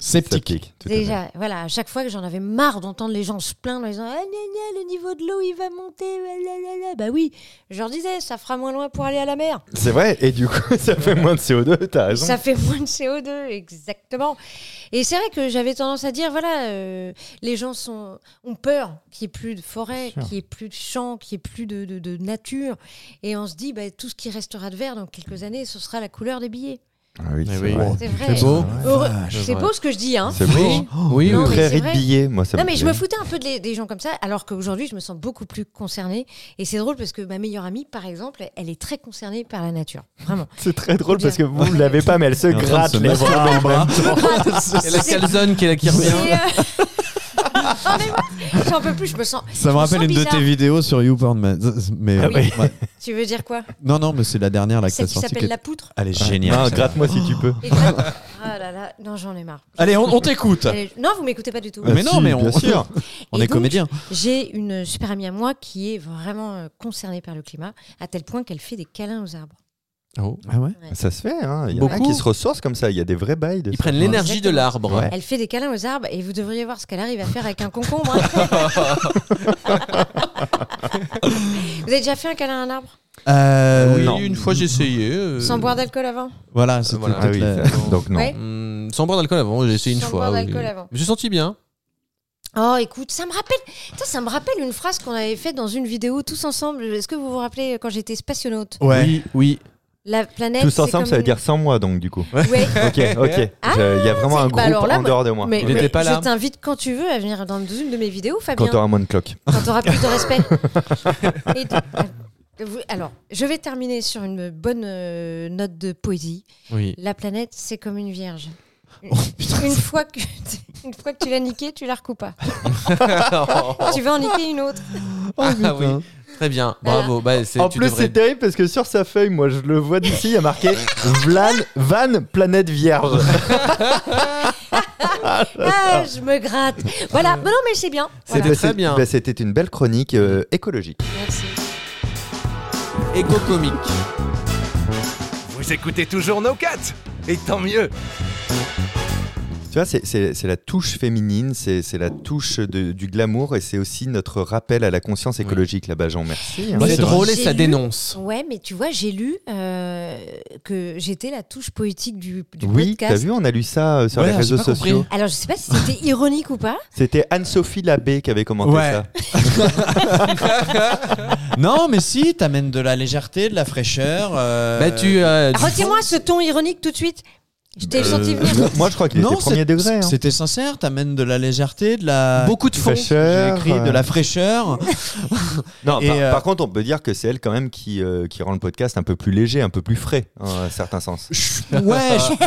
[SPEAKER 5] Sceptique.
[SPEAKER 2] Sceptique, tout à fait.
[SPEAKER 3] Déjà, voilà, à chaque fois que j'en avais marre d'entendre les gens se plaindre en disant ah, gna, gna, le niveau de l'eau il va monter, blablabla. bah oui, je leur disais ça fera moins loin pour aller à la mer.
[SPEAKER 2] C'est vrai, et du coup, ça fait moins de CO2, t'as raison.
[SPEAKER 3] Ça fait moins de CO2, exactement. Et c'est vrai que j'avais tendance à dire, voilà, euh, les gens sont, ont peur qu'il n'y ait plus de forêt,
[SPEAKER 2] Bien sûr.
[SPEAKER 3] qu'il n'y ait plus de champs, qu'il n'y ait plus de, de- de nature. Et on se dit, bah, tout ce qui restera de vert dans quelques années, ce sera la couleur des billets.
[SPEAKER 2] Ah oui,
[SPEAKER 4] Eh
[SPEAKER 2] c'est
[SPEAKER 4] oui.
[SPEAKER 2] vrai.
[SPEAKER 3] C'est vrai.
[SPEAKER 4] C'est beau.
[SPEAKER 3] Heureux-
[SPEAKER 5] Vache.
[SPEAKER 3] C'est
[SPEAKER 4] vrai.
[SPEAKER 3] beau ce que je dis, hein.
[SPEAKER 2] C'est beau. hein.
[SPEAKER 4] Oui,
[SPEAKER 3] Non, mais
[SPEAKER 4] oui.
[SPEAKER 2] Très
[SPEAKER 3] c'est
[SPEAKER 2] riz de
[SPEAKER 3] vrai.
[SPEAKER 2] billets, moi ça
[SPEAKER 3] Non
[SPEAKER 2] me
[SPEAKER 3] mais je
[SPEAKER 2] plaît.
[SPEAKER 3] me foutais un peu de les- des gens comme ça, alors qu'aujourd'hui je me sens beaucoup plus concernée. Et c'est drôle parce que ma meilleure amie, par exemple, elle est très concernée par la nature, vraiment.
[SPEAKER 2] C'est très drôle
[SPEAKER 3] Bien.
[SPEAKER 2] parce que vous ne l'avez pas, mais elle se
[SPEAKER 5] est en train de
[SPEAKER 2] gratte
[SPEAKER 5] se
[SPEAKER 2] les bras.
[SPEAKER 4] Et la calzone qui, est là, qui
[SPEAKER 3] C'est,
[SPEAKER 4] revient.
[SPEAKER 3] euh, non, mais moi, j'en peux plus, je me sens.
[SPEAKER 5] Ça me
[SPEAKER 3] je
[SPEAKER 5] rappelle
[SPEAKER 3] sens
[SPEAKER 5] une de tes
[SPEAKER 3] bizarre.
[SPEAKER 5] vidéos sur YouPorn. Mais, mais-
[SPEAKER 3] Ah oui.
[SPEAKER 5] ouais.
[SPEAKER 3] Tu veux dire quoi
[SPEAKER 5] Non, non, mais c'est la dernière là, que t'as
[SPEAKER 3] Celle qui
[SPEAKER 5] sortie.
[SPEAKER 3] s'appelle
[SPEAKER 5] qui est-
[SPEAKER 3] La Poutre
[SPEAKER 5] Elle est géniale.
[SPEAKER 2] Non,
[SPEAKER 5] celle-là.
[SPEAKER 2] gratte-moi si tu peux.
[SPEAKER 3] Et toi Ah là là, non, j'en ai marre.
[SPEAKER 5] Allez, on, on t'écoute.
[SPEAKER 3] Allez, Non, vous m'écoutez pas du tout.
[SPEAKER 5] Mais
[SPEAKER 2] Ah,
[SPEAKER 5] non,
[SPEAKER 2] si,
[SPEAKER 5] mais on-
[SPEAKER 2] bien sûr.
[SPEAKER 5] On
[SPEAKER 3] Et
[SPEAKER 5] est
[SPEAKER 3] donc,
[SPEAKER 5] comédien.
[SPEAKER 3] J'ai une super amie à moi qui est vraiment euh, concernée par le climat, à tel point qu'elle fait des câlins aux arbres.
[SPEAKER 5] Ah ouais
[SPEAKER 2] Ça se fait, hein. Il y en a
[SPEAKER 4] Beaucoup.
[SPEAKER 2] qui se ressourcent comme ça. Il y a des vrais bails. de
[SPEAKER 4] Ils
[SPEAKER 2] ça.
[SPEAKER 4] prennent l'énergie de l'arbre.
[SPEAKER 2] Ouais.
[SPEAKER 3] Elle fait des câlins aux arbres et vous devriez voir ce qu'elle arrive à faire avec un concombre. hein. vous avez déjà fait un câlin à un arbre
[SPEAKER 5] Euh,
[SPEAKER 4] Oui,
[SPEAKER 5] non.
[SPEAKER 4] une fois j'ai essayé. euh,
[SPEAKER 3] sans boire d'alcool avant
[SPEAKER 5] Voilà, c'était
[SPEAKER 4] voilà.
[SPEAKER 2] Ah
[SPEAKER 5] peut-être
[SPEAKER 2] oui,
[SPEAKER 5] la-
[SPEAKER 2] ça- donc non.
[SPEAKER 3] Ouais.
[SPEAKER 4] hum, Sans boire d'alcool avant, j'ai essayé une
[SPEAKER 3] Sans
[SPEAKER 4] fois.
[SPEAKER 3] boire
[SPEAKER 4] oui.
[SPEAKER 3] d'alcool avant.
[SPEAKER 4] Je me suis senti bien.
[SPEAKER 3] Oh, écoute, ça me rappelle, Putain, ça me rappelle une phrase qu'on avait faite dans une vidéo tous ensemble. Est-ce que vous vous rappelez quand j'étais spationaute
[SPEAKER 5] Ouais.
[SPEAKER 4] Oui, oui.
[SPEAKER 3] La planète.
[SPEAKER 2] Tous
[SPEAKER 3] c'est
[SPEAKER 2] ensemble,
[SPEAKER 3] comme
[SPEAKER 2] ça veut
[SPEAKER 3] une-
[SPEAKER 2] dire sans moi, donc du coup.
[SPEAKER 3] Ouais.
[SPEAKER 2] Ok, ok.
[SPEAKER 3] Ah,
[SPEAKER 2] Je- Il y a vraiment un
[SPEAKER 3] c'est- bah
[SPEAKER 2] groupe
[SPEAKER 3] alors là,
[SPEAKER 2] en
[SPEAKER 3] moi-
[SPEAKER 2] dehors de moi.
[SPEAKER 3] Mais,
[SPEAKER 4] Il
[SPEAKER 3] mais
[SPEAKER 4] était pas là.
[SPEAKER 3] je t'invite quand tu veux à venir dans une de mes vidéos, Fabien,
[SPEAKER 2] Quand t'auras moins de cloques.
[SPEAKER 3] quand tu auras plus de respect. Et donc, euh, vous- alors, je vais terminer sur une bonne euh, note de poésie.
[SPEAKER 4] Oui.
[SPEAKER 3] La planète, c'est comme une vierge.
[SPEAKER 5] Oh, putain,
[SPEAKER 3] Une
[SPEAKER 5] c'est-
[SPEAKER 3] fois que une fois que tu l'as niquée, tu la recoupes pas. tu vas en niquer une autre.
[SPEAKER 4] Ah oui. Très bien. Bravo. Bah, c'est-
[SPEAKER 2] En
[SPEAKER 4] tu
[SPEAKER 2] plus,
[SPEAKER 4] devrais-
[SPEAKER 2] c'est terrible parce que sur sa feuille, moi je le vois d'ici, il y a marqué Vlan, Van, planète vierge.
[SPEAKER 3] Ah, je me gratte. Voilà. Mais non, mais c'est bien. Voilà.
[SPEAKER 2] Bah,
[SPEAKER 4] très
[SPEAKER 2] c'est-
[SPEAKER 4] bien.
[SPEAKER 2] bah, C'était une belle chronique euh, écologique.
[SPEAKER 3] Merci.
[SPEAKER 4] éco-comique.
[SPEAKER 1] Vous écoutez toujours No Cut Et tant mieux
[SPEAKER 2] Tu vois, c'est- c'est c'est la touche féminine, c'est c'est la touche de- du glamour et c'est aussi notre rappel à la conscience écologique là-bas, Jean. Merci. hein.
[SPEAKER 5] Bah,
[SPEAKER 4] c'est
[SPEAKER 5] c'est
[SPEAKER 4] drôle et
[SPEAKER 3] J'ai
[SPEAKER 4] ça
[SPEAKER 3] lu-
[SPEAKER 4] dénonce.
[SPEAKER 3] Ouais, mais tu vois, j'ai lu euh, que j'étais la touche poétique du, du
[SPEAKER 2] Oui, t'as
[SPEAKER 3] podcast.
[SPEAKER 2] vu, on a lu ça euh, sur
[SPEAKER 5] Ouais,
[SPEAKER 2] les
[SPEAKER 5] j'ai
[SPEAKER 2] réseaux
[SPEAKER 5] pas compris.
[SPEAKER 2] sociaux.
[SPEAKER 3] Alors, je sais pas si c'était ironique ou pas.
[SPEAKER 2] C'était Anne-Sophie Labbé qui avait commenté
[SPEAKER 5] Ouais.
[SPEAKER 2] ça.
[SPEAKER 5] Non, mais si, t'amènes de la légèreté, de la fraîcheur. euh,
[SPEAKER 4] Bah, tu. euh, tu-
[SPEAKER 3] Retire-moi ce ton ironique tout de suite. Je t'ai senti venir.
[SPEAKER 2] Moi, je crois qu'il était premier
[SPEAKER 5] c'est-
[SPEAKER 2] degré. hein.
[SPEAKER 5] c'était sincère. T'amènes de la légèreté, de la
[SPEAKER 4] Beaucoup de
[SPEAKER 2] Du
[SPEAKER 4] fond.
[SPEAKER 2] fraîcheur,
[SPEAKER 5] J'ai écrit de
[SPEAKER 2] euh,
[SPEAKER 5] la fraîcheur.
[SPEAKER 2] Non,
[SPEAKER 5] Et,
[SPEAKER 2] par,
[SPEAKER 5] euh,
[SPEAKER 2] par contre, on peut dire que c'est elle quand même qui, euh, qui rend le podcast un peu plus léger, un peu plus frais, hein, à certains sens.
[SPEAKER 5] Je- ouais,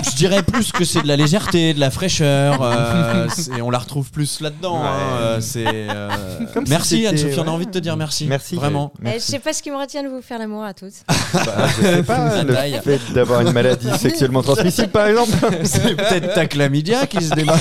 [SPEAKER 5] je, je dirais plus que c'est de la légèreté, de la fraîcheur. euh, c'est- on la retrouve plus là-dedans.
[SPEAKER 2] Ouais.
[SPEAKER 5] hein, euh, c'est, euh,
[SPEAKER 2] Comme si
[SPEAKER 5] merci
[SPEAKER 2] c'était-
[SPEAKER 5] Anne-Sophie, on
[SPEAKER 2] ouais.
[SPEAKER 5] a envie de te dire merci.
[SPEAKER 2] Merci.
[SPEAKER 5] Vraiment.
[SPEAKER 3] Euh, je sais pas ce qui me retient de vous faire l'amour à tous.
[SPEAKER 2] Bah, je sais pas,
[SPEAKER 5] La
[SPEAKER 2] le
[SPEAKER 5] taille.
[SPEAKER 2] fait d'avoir une maladie sexuellement transmissible, par exemple.
[SPEAKER 5] C'est peut-être ta chlamydia qui se démarque.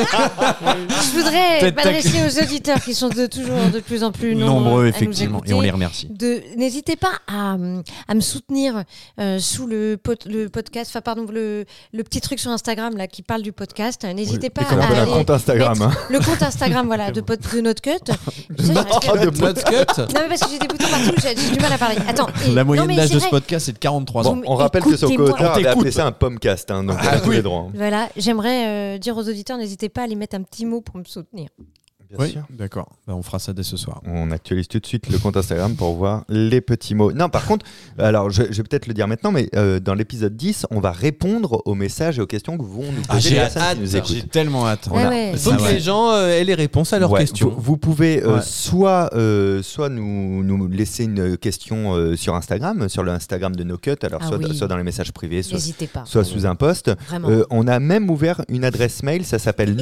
[SPEAKER 3] Je voudrais
[SPEAKER 5] Peut-être t'as-
[SPEAKER 3] m'adresser aux auditeurs qui sont de toujours de plus en plus nombreux, à nous
[SPEAKER 5] Et on
[SPEAKER 3] écouter.
[SPEAKER 5] les remercie.
[SPEAKER 3] de n'hésitez pas à, euh, à me soutenir euh, sous le, pot- le podcast enfin pardon le, le petit truc sur Instagram là qui parle du podcast Euh, n'hésitez pas
[SPEAKER 2] Et qu'on
[SPEAKER 3] à
[SPEAKER 2] appelle un
[SPEAKER 3] aller
[SPEAKER 2] compte Instagram. hein.
[SPEAKER 3] mettre le compte Instagram voilà de, pod- de notre cut Ça, je reste-
[SPEAKER 2] Oh,
[SPEAKER 3] non,
[SPEAKER 2] de
[SPEAKER 4] Notre cut.
[SPEAKER 3] mais parce que j'ai des boutons partout j'ai j'ai du mal à parler attends et-
[SPEAKER 5] La
[SPEAKER 3] non,
[SPEAKER 5] moyenne
[SPEAKER 3] mais
[SPEAKER 5] d'âge
[SPEAKER 3] c'est
[SPEAKER 5] de ce
[SPEAKER 3] vrai.
[SPEAKER 5] podcast, c'est de 43 ans.
[SPEAKER 2] Bon, on rappelle que son
[SPEAKER 3] Écoutez-moi.
[SPEAKER 2] co-auteur
[SPEAKER 5] On
[SPEAKER 2] avait
[SPEAKER 5] t'écoute. Ah
[SPEAKER 2] appelé ça un pomcast, hein, donc on a tous les droits. hein.
[SPEAKER 3] voilà j'aimerais euh, dire aux auditeurs n'hésitez pas à aller mettre un petit mot pour me soutenir
[SPEAKER 2] Bien
[SPEAKER 5] Oui,
[SPEAKER 2] sûr.
[SPEAKER 5] d'accord. Ben, on fera ça dès ce soir.
[SPEAKER 2] On actualise tout de suite le compte Instagram pour voir les petits mots. Non, par contre, alors je, je vais peut-être le dire maintenant, mais euh, dans l'épisode 10, on va répondre aux messages et aux questions que vont nous poser les personnes qui nous écoutent.
[SPEAKER 5] Ah, J'ai tellement hâte.
[SPEAKER 3] Ah ouais.
[SPEAKER 4] Faut
[SPEAKER 5] Ah
[SPEAKER 4] que
[SPEAKER 5] ouais.
[SPEAKER 4] les gens euh, aient les réponses à leurs
[SPEAKER 2] Ouais,
[SPEAKER 4] questions.
[SPEAKER 2] Vous, vous pouvez euh,
[SPEAKER 5] Ouais.
[SPEAKER 2] soit, euh, soit nous, nous laisser une question euh, sur Instagram, sur le Instagram de No Cut, alors
[SPEAKER 3] Ah
[SPEAKER 2] soit,
[SPEAKER 3] oui.
[SPEAKER 2] soit dans les messages privés, soit,
[SPEAKER 3] n'hésitez pas
[SPEAKER 2] soit sous un post.
[SPEAKER 3] vraiment
[SPEAKER 2] Euh, on a même ouvert une adresse mail, ça s'appelle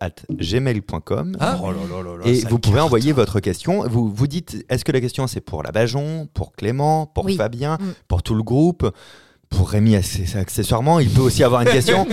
[SPEAKER 2] nocut.lepodcast.gmail.com.
[SPEAKER 4] Ah.
[SPEAKER 5] Oh là là là là,
[SPEAKER 2] Et
[SPEAKER 5] ça
[SPEAKER 2] vous pouvez
[SPEAKER 5] carte.
[SPEAKER 2] envoyer votre question. Vous vous dites, est-ce que la question c'est pour la Bajon, pour Clément, pour
[SPEAKER 3] Oui.
[SPEAKER 2] Fabien,
[SPEAKER 3] Mm.
[SPEAKER 2] pour tout le groupe, pour Rémi access- accessoirement, il peut aussi avoir une question.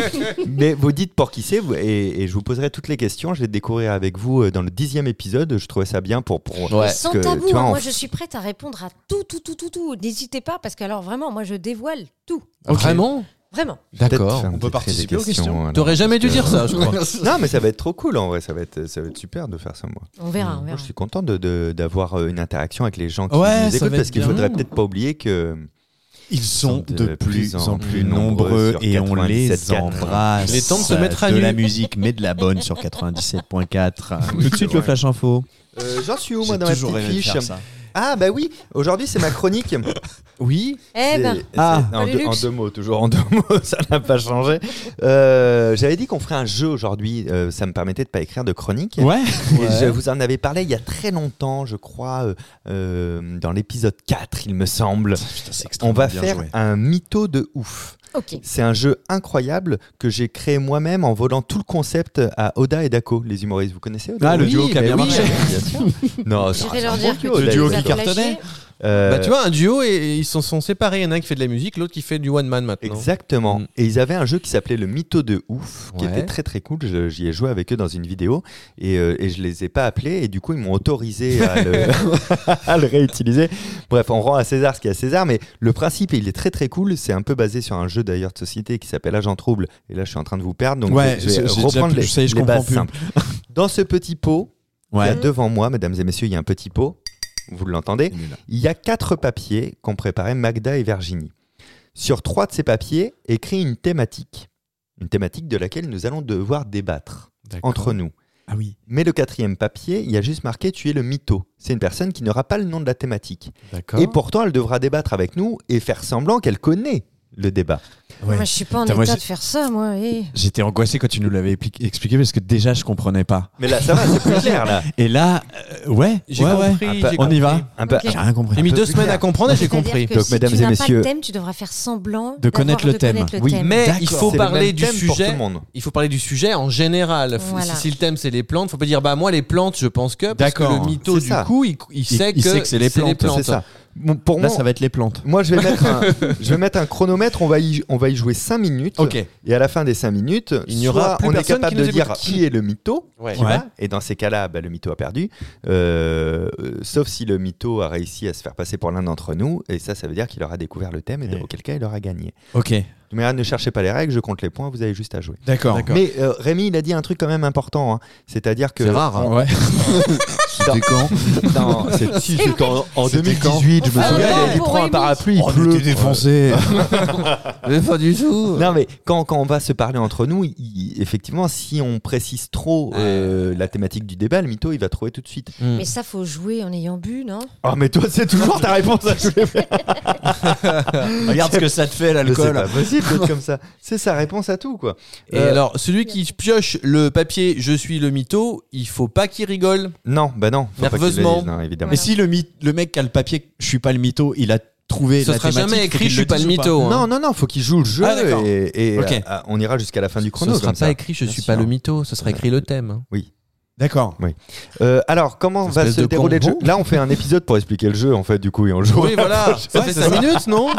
[SPEAKER 2] Mais vous dites pour qui c'est vous- et, et je vous poserai toutes les questions. Je vais découvrir avec vous euh, dans le dixième épisode. Je trouvais ça bien pour pour
[SPEAKER 4] Ouais.
[SPEAKER 2] parce
[SPEAKER 3] Sans
[SPEAKER 2] que,
[SPEAKER 3] tabou,
[SPEAKER 2] tu vois,
[SPEAKER 3] hein,
[SPEAKER 2] on-
[SPEAKER 3] moi je suis prête à répondre à tout, tout, tout, tout, tout. N'hésitez pas parce que alors vraiment, moi je dévoile tout,
[SPEAKER 5] Ok.
[SPEAKER 4] Vraiment
[SPEAKER 3] vraiment.
[SPEAKER 2] peut-être
[SPEAKER 4] D'accord.
[SPEAKER 2] faire
[SPEAKER 5] On peut
[SPEAKER 2] des
[SPEAKER 5] participer aux questions.
[SPEAKER 2] alors,
[SPEAKER 4] T'aurais jamais dû
[SPEAKER 2] parce que-
[SPEAKER 4] dire ça, je crois.
[SPEAKER 2] Non, mais ça va être trop cool en vrai. Ça va être ça va être super de faire ça moi.
[SPEAKER 3] On verra, on
[SPEAKER 2] Mmh, Moi,
[SPEAKER 3] verra.
[SPEAKER 2] je suis content de- de- d'avoir euh, une interaction avec les gens qui
[SPEAKER 5] Ouais, ça
[SPEAKER 2] nous écoutent
[SPEAKER 5] va
[SPEAKER 2] parce
[SPEAKER 5] être
[SPEAKER 2] qu'il
[SPEAKER 5] bien.
[SPEAKER 2] faudrait peut-être pas oublier que
[SPEAKER 5] Ils sont
[SPEAKER 2] sont
[SPEAKER 5] de plus en plus
[SPEAKER 2] nombreux
[SPEAKER 5] nombreux
[SPEAKER 2] sur
[SPEAKER 5] et on les
[SPEAKER 2] 97.4.
[SPEAKER 5] embrasse.
[SPEAKER 4] Il est temps de se mettre à
[SPEAKER 5] De
[SPEAKER 4] nu.
[SPEAKER 5] la musique, mais de la bonne sur 97.4.
[SPEAKER 2] Oui,
[SPEAKER 5] Tout de
[SPEAKER 2] c'est
[SPEAKER 5] suite, le
[SPEAKER 2] vrai.
[SPEAKER 5] flash info.
[SPEAKER 2] Euh, J'en suis où, moi,
[SPEAKER 5] J'ai
[SPEAKER 2] dans ma
[SPEAKER 5] toujours
[SPEAKER 2] petite
[SPEAKER 5] rêvé de
[SPEAKER 2] fiche
[SPEAKER 5] faire ça.
[SPEAKER 2] Ah, bah oui, aujourd'hui, c'est ma chronique. oui.
[SPEAKER 3] Eh
[SPEAKER 2] c'est-
[SPEAKER 3] ben,
[SPEAKER 2] c'est-
[SPEAKER 5] Ah.
[SPEAKER 2] en,
[SPEAKER 3] Salut,
[SPEAKER 2] deux,
[SPEAKER 3] Lux.
[SPEAKER 2] en deux mots, toujours en deux mots, ça n'a pas changé. Euh, J'avais dit qu'on ferait un jeu aujourd'hui, euh, ça me permettait de pas écrire de chronique.
[SPEAKER 5] Ouais.
[SPEAKER 2] Et je vous en avais parlé il y a très longtemps, je crois, euh, euh, dans l'épisode 4, il me semble. On va faire un mytho de ouf.
[SPEAKER 3] ok.
[SPEAKER 2] C'est un jeu incroyable que j'ai créé moi-même en volant tout le concept à Oda et Dako, les humoristes. Vous connaissez Oda
[SPEAKER 5] Ah, le
[SPEAKER 2] Oui,
[SPEAKER 5] duo qui a
[SPEAKER 2] mais
[SPEAKER 5] bien Bah,
[SPEAKER 2] oui,
[SPEAKER 5] marché.
[SPEAKER 2] bien sûr. non,
[SPEAKER 3] Je
[SPEAKER 2] c'est
[SPEAKER 3] vais
[SPEAKER 2] un
[SPEAKER 3] leur
[SPEAKER 2] bon
[SPEAKER 3] dire que
[SPEAKER 2] duo,
[SPEAKER 5] Le
[SPEAKER 2] Oda et
[SPEAKER 5] duo qui
[SPEAKER 2] Dako.
[SPEAKER 5] cartonne. cartonnait.
[SPEAKER 3] cartonnait.
[SPEAKER 2] Euh,
[SPEAKER 4] Bah, tu vois, un duo et, et ils se sont séparés. Il y en a un qui fait de la musique, l'autre qui fait du one man maintenant.
[SPEAKER 2] Exactement.
[SPEAKER 4] Mm.
[SPEAKER 2] Et ils avaient un jeu qui s'appelait le mytho de ouf, qui
[SPEAKER 4] Ouais.
[SPEAKER 2] était très très cool. Je- J'y ai joué avec eux dans une vidéo et, euh, et je les ai pas appelés et du coup ils m'ont autorisé à le, à le réutiliser. Bref, on rend à César ce qu'il y a à César, mais le principe il est très très cool. C'est un peu basé sur un jeu d'ailleurs de société qui s'appelle Agent Trouble. Et là je suis en train de vous perdre, donc
[SPEAKER 5] Ouais,
[SPEAKER 2] je vais- je
[SPEAKER 5] c'est-
[SPEAKER 2] vais
[SPEAKER 5] c'est déjà
[SPEAKER 2] reprendre
[SPEAKER 5] plus-
[SPEAKER 2] les,
[SPEAKER 5] ça y est, je
[SPEAKER 2] les
[SPEAKER 5] comprends
[SPEAKER 2] bases
[SPEAKER 5] plus.
[SPEAKER 2] simples. Dans ce petit pot, il y a
[SPEAKER 5] Ouais.
[SPEAKER 2] devant moi, mesdames et messieurs, il y a un petit pot. Vous l'entendez
[SPEAKER 5] Il est là.
[SPEAKER 2] il y a quatre papiers qu'ont préparés Magda et Virginie. Sur trois de ces papiers, écrit une thématique. Une thématique de laquelle nous allons devoir débattre
[SPEAKER 4] D'accord.
[SPEAKER 2] entre nous.
[SPEAKER 5] Ah oui.
[SPEAKER 2] Mais le quatrième papier, il y a juste marqué Tu es le mytho. C'est une personne qui n'aura pas le nom de la thématique.
[SPEAKER 4] D'accord.
[SPEAKER 2] Et pourtant, elle devra débattre avec nous et faire semblant qu'elle connaît le débat.
[SPEAKER 5] Ouais.
[SPEAKER 3] Moi je suis pas en
[SPEAKER 5] Putain, moi,
[SPEAKER 3] état
[SPEAKER 5] j'ai-
[SPEAKER 3] de faire ça, moi. eh.
[SPEAKER 5] J'étais angoissé quand tu nous l'avais épli- expliqué parce que déjà je comprenais pas.
[SPEAKER 2] Mais là, ça va, c'est plus clair, là.
[SPEAKER 5] Et là, euh, ouais,
[SPEAKER 4] J'ai
[SPEAKER 5] ouais, ouais.
[SPEAKER 4] compris.
[SPEAKER 2] Ah,
[SPEAKER 4] j'ai
[SPEAKER 2] bah,
[SPEAKER 5] on y
[SPEAKER 4] compris.
[SPEAKER 5] va.
[SPEAKER 2] Un peu-
[SPEAKER 3] Ok.
[SPEAKER 5] J'ai rien compris.
[SPEAKER 4] J'ai mis
[SPEAKER 2] peu
[SPEAKER 4] deux
[SPEAKER 2] plus
[SPEAKER 4] semaines
[SPEAKER 2] clair.
[SPEAKER 4] à comprendre et j'ai
[SPEAKER 3] C'est-à-dire
[SPEAKER 4] compris.
[SPEAKER 3] que
[SPEAKER 2] Donc,
[SPEAKER 3] si
[SPEAKER 2] mesdames
[SPEAKER 3] tu
[SPEAKER 2] et
[SPEAKER 3] n'as pas
[SPEAKER 2] messieurs-
[SPEAKER 3] de thème, tu devras faire semblant
[SPEAKER 5] De connaître
[SPEAKER 3] d'avoir-
[SPEAKER 5] le thème.
[SPEAKER 3] connaître le
[SPEAKER 2] Oui,
[SPEAKER 3] thème.
[SPEAKER 4] Mais il
[SPEAKER 5] D'accord.
[SPEAKER 4] faut
[SPEAKER 2] C'est le
[SPEAKER 4] parler
[SPEAKER 2] même
[SPEAKER 4] du
[SPEAKER 2] thème pour tout
[SPEAKER 4] sujet.
[SPEAKER 2] le monde.
[SPEAKER 4] Il faut parler du sujet en général. F-
[SPEAKER 3] Voilà.
[SPEAKER 4] Si, si le thème c'est les plantes, faut pas dire bah moi les plantes je pense que. parce que
[SPEAKER 5] D'accord.
[SPEAKER 4] le mytho
[SPEAKER 2] C'est
[SPEAKER 4] du
[SPEAKER 2] ça.
[SPEAKER 4] coup il, il sait
[SPEAKER 5] il
[SPEAKER 4] que,
[SPEAKER 5] sait que c'est les plantes,
[SPEAKER 2] C'est ça. Bon, pour
[SPEAKER 5] Là,
[SPEAKER 2] moi,
[SPEAKER 5] ça va être les plantes.
[SPEAKER 2] moi je, vais mettre un, je vais mettre un chronomètre. On va y, on va y jouer 5 minutes.
[SPEAKER 5] Ok.
[SPEAKER 2] Et à la fin des 5 minutes,
[SPEAKER 4] Il n'y aura
[SPEAKER 2] soit
[SPEAKER 4] plus
[SPEAKER 2] on est
[SPEAKER 4] personne
[SPEAKER 2] capable
[SPEAKER 4] qui nous
[SPEAKER 2] de dire
[SPEAKER 4] écoute.
[SPEAKER 2] qui est le mytho,
[SPEAKER 4] Ouais.
[SPEAKER 2] tu vois,
[SPEAKER 5] Ouais.
[SPEAKER 2] et dans ces cas-là, bah, le mytho a perdu, Euh, euh, sauf si le mytho a réussi à se faire passer pour l'un d'entre nous, et ça, ça veut dire qu'il aura découvert le thème, et
[SPEAKER 5] Ouais.
[SPEAKER 2] auquel cas il aura gagné.
[SPEAKER 5] Ok.
[SPEAKER 2] Mais ah, ne cherchez pas les règles, je compte les points, vous avez juste à jouer.
[SPEAKER 5] D'accord.
[SPEAKER 2] Mais euh, Rémi, il a dit un truc quand même important, hein. c'est-à-dire que...
[SPEAKER 4] C'est rare. hein.
[SPEAKER 5] Ouais.
[SPEAKER 2] C'était quand C'est si, c'était en, en
[SPEAKER 5] C'était
[SPEAKER 2] 2018, je me
[SPEAKER 3] Ah,
[SPEAKER 2] souviens,
[SPEAKER 3] ouais,
[SPEAKER 2] il a dit
[SPEAKER 3] pour
[SPEAKER 2] prends un
[SPEAKER 3] Rémi.
[SPEAKER 2] parapluie, il pleut.
[SPEAKER 5] défoncé.
[SPEAKER 4] Mais pas du tout.
[SPEAKER 2] Non, mais quand, quand on va se parler entre nous, il- effectivement, si on précise trop euh, la thématique du débat, le mytho, il va trouver tout de suite.
[SPEAKER 4] Hmm.
[SPEAKER 3] Mais ça, faut jouer en ayant bu, non
[SPEAKER 2] Ah, mais toi, c'est toujours ta réponse à tous les
[SPEAKER 5] Regarde ce que ça te fait
[SPEAKER 2] C'est
[SPEAKER 5] l'alcool.
[SPEAKER 2] pas possible. anecdote comme ça. C'est sa réponse à tout, quoi.
[SPEAKER 4] Et
[SPEAKER 2] Euh,
[SPEAKER 4] alors, celui qui pioche le papier Je suis le mytho, il faut pas qu'il rigole.
[SPEAKER 2] Non, bah non. faut pas qu'il le dise,
[SPEAKER 4] Nerveusement.
[SPEAKER 2] non, évidemment.
[SPEAKER 5] Mais si le, mythe- le mec qui a le papier, je suis pas le mytho, il a trouvé
[SPEAKER 4] Ce
[SPEAKER 5] la
[SPEAKER 4] sera
[SPEAKER 5] thématique,
[SPEAKER 4] jamais
[SPEAKER 5] faut
[SPEAKER 4] écrit
[SPEAKER 5] qu'il
[SPEAKER 4] Je suis
[SPEAKER 5] le
[SPEAKER 4] pas le
[SPEAKER 5] dise ou
[SPEAKER 4] mytho. hein.
[SPEAKER 2] Non, non, non, faut qu'il joue le jeu
[SPEAKER 4] Ah, d'accord.
[SPEAKER 2] et, et,
[SPEAKER 4] Ok.
[SPEAKER 2] euh, ah, on ira jusqu'à la fin du chrono.
[SPEAKER 4] ce sera
[SPEAKER 2] comme
[SPEAKER 4] pas
[SPEAKER 2] ça.
[SPEAKER 4] écrit Je
[SPEAKER 2] Bien
[SPEAKER 4] suis
[SPEAKER 2] sûr.
[SPEAKER 4] pas le mytho, ce sera écrit le thème. hein.
[SPEAKER 5] D'accord.
[SPEAKER 2] Euh, alors, comment
[SPEAKER 4] Cette
[SPEAKER 2] va
[SPEAKER 4] espèce
[SPEAKER 2] se
[SPEAKER 4] de
[SPEAKER 2] dérouler le jeu
[SPEAKER 4] combo.
[SPEAKER 2] Là, on fait un épisode pour expliquer le jeu, en fait, du coup, et on le joue.
[SPEAKER 4] Oui, voilà, ça
[SPEAKER 2] Ouais,
[SPEAKER 4] fait
[SPEAKER 2] c'est
[SPEAKER 4] 5 minutes, non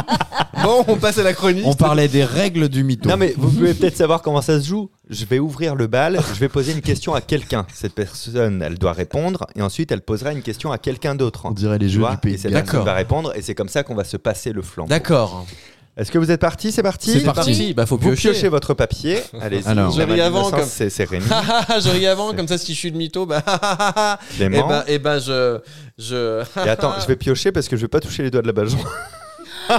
[SPEAKER 4] Bon, on passe à la chronique.
[SPEAKER 5] On parlait des règles du mytho.
[SPEAKER 2] Non, mais vous pouvez peut-être savoir comment ça se joue. Je vais ouvrir le bal, je vais poser une question à quelqu'un. Cette personne, elle doit répondre, et ensuite, elle posera une question à quelqu'un d'autre. hein.
[SPEAKER 5] On dirait les
[SPEAKER 2] Tu
[SPEAKER 5] jeux
[SPEAKER 2] vois
[SPEAKER 5] du pays.
[SPEAKER 2] et
[SPEAKER 5] de
[SPEAKER 2] cette
[SPEAKER 5] Galles.
[SPEAKER 2] personne
[SPEAKER 4] D'accord.
[SPEAKER 2] va répondre, et c'est comme ça qu'on va se passer le flanc.
[SPEAKER 4] D'accord.
[SPEAKER 2] Est-ce que vous êtes parti C'est parti
[SPEAKER 4] C'est parti, bah faut
[SPEAKER 2] Vous piochez
[SPEAKER 4] piocher.
[SPEAKER 2] votre papier. Allez-y.
[SPEAKER 5] Alors.
[SPEAKER 2] Germain
[SPEAKER 4] J'avais avant,
[SPEAKER 2] 1900,
[SPEAKER 4] comme-
[SPEAKER 2] C'est c'est Rémi.
[SPEAKER 4] Ah, je ris avant, comme ça si je suis le mytho, bah et
[SPEAKER 2] Clément.
[SPEAKER 4] ben, eh ben je, je...
[SPEAKER 2] Et attends, je vais piocher parce que je vais pas toucher les doigts de la Bajon.